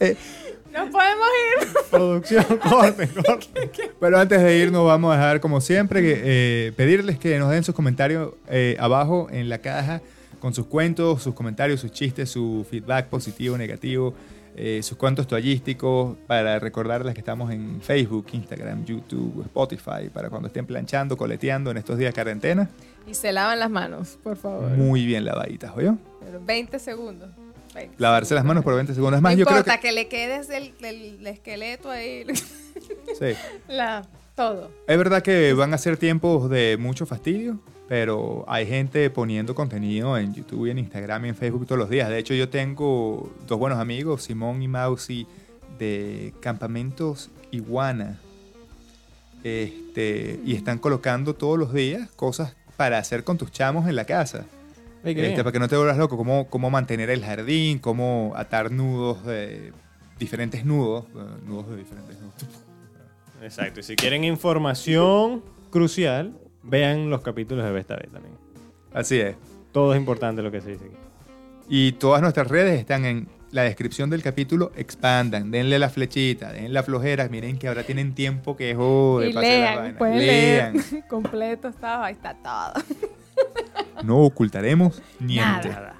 Speaker 1: Nos podemos ir.
Speaker 3: Producción, corten, corten.
Speaker 2: Pero antes de irnos, vamos a dejar, como siempre, que, eh, pedirles que nos den sus comentarios eh, abajo en la caja con sus cuentos, sus comentarios, sus chistes, su feedback positivo, negativo, eh, sus cuentos toallísticos, para recordarles que estamos en Facebook, Instagram, YouTube, Spotify, para cuando estén planchando, coleteando en estos días de cuarentena.
Speaker 1: Y se lavan las manos, por favor.
Speaker 2: Muy bien lavaditas, ¿oyó?
Speaker 1: Pero 20 segundos. 20
Speaker 2: Lavarse las manos por 20 segundos más.
Speaker 1: no
Speaker 2: yo creo
Speaker 1: importa
Speaker 2: que...
Speaker 1: que... le quedes el, el- el esqueleto ahí,
Speaker 2: Sí.
Speaker 1: la, todo.
Speaker 2: Es verdad que van a ser tiempos de mucho fastidio, pero hay gente poniendo contenido en YouTube y en Instagram y en Facebook todos los días. De hecho, yo tengo dos buenos amigos, Simón y Mausi, de Campamentos Iguana. Este, y están colocando todos los días cosas para hacer con tus chamos en la casa.
Speaker 3: Ay, qué
Speaker 2: Este,
Speaker 3: bien.
Speaker 2: para que no te vuelvas loco, cómo, cómo mantener el jardín, cómo atar nudos de diferentes nudos, eh, nudos de diferentes nudos.
Speaker 3: Exacto. Y si quieren información crucial, vean los capítulos de Besta B también.
Speaker 2: Así es.
Speaker 3: Todo es importante lo que se dice aquí.
Speaker 2: Y todas nuestras redes están en la descripción del capítulo. Expandan, denle la flechita, denle la flojera. Miren que ahora tienen tiempo que jode
Speaker 1: y
Speaker 2: para hacer la
Speaker 1: lean,
Speaker 2: vaina.
Speaker 1: pueden
Speaker 2: Lean.
Speaker 1: leer. Completo estaba, ahí está todo.
Speaker 2: No ocultaremos niente.
Speaker 1: Nada.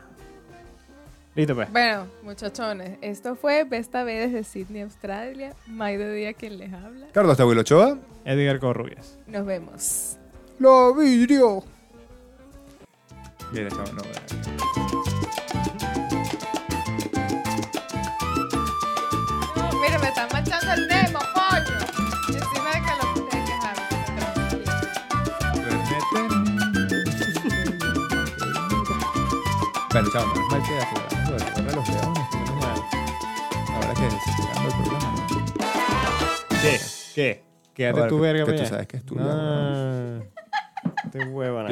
Speaker 3: Listo, pues.
Speaker 1: Bueno, muchachones, esto fue Besta B desde Sydney, Australia. May de día quien les habla.
Speaker 2: Carlos Tabuelo Ochoa.
Speaker 3: Edgar Corrubias.
Speaker 1: Nos vemos.
Speaker 2: Lo vidrio. Mira, chavo, no. eh.
Speaker 1: No, mira, me están manchando el Nemo, pollo. Y encima de que lo de que saben, pero-
Speaker 2: Bueno, chao, menos mal que aprobamos lo de poner los leones. menos mal.
Speaker 3: Ah,
Speaker 2: Ahora que desinfectando el programa. ¿no?
Speaker 3: ¿Qué? ¿Qué? Quédate
Speaker 2: Ahora
Speaker 3: tu
Speaker 2: que-
Speaker 3: verga,
Speaker 2: que tú
Speaker 3: pues. este
Speaker 2: sabes que es tuyo,
Speaker 3: No. Te huevona.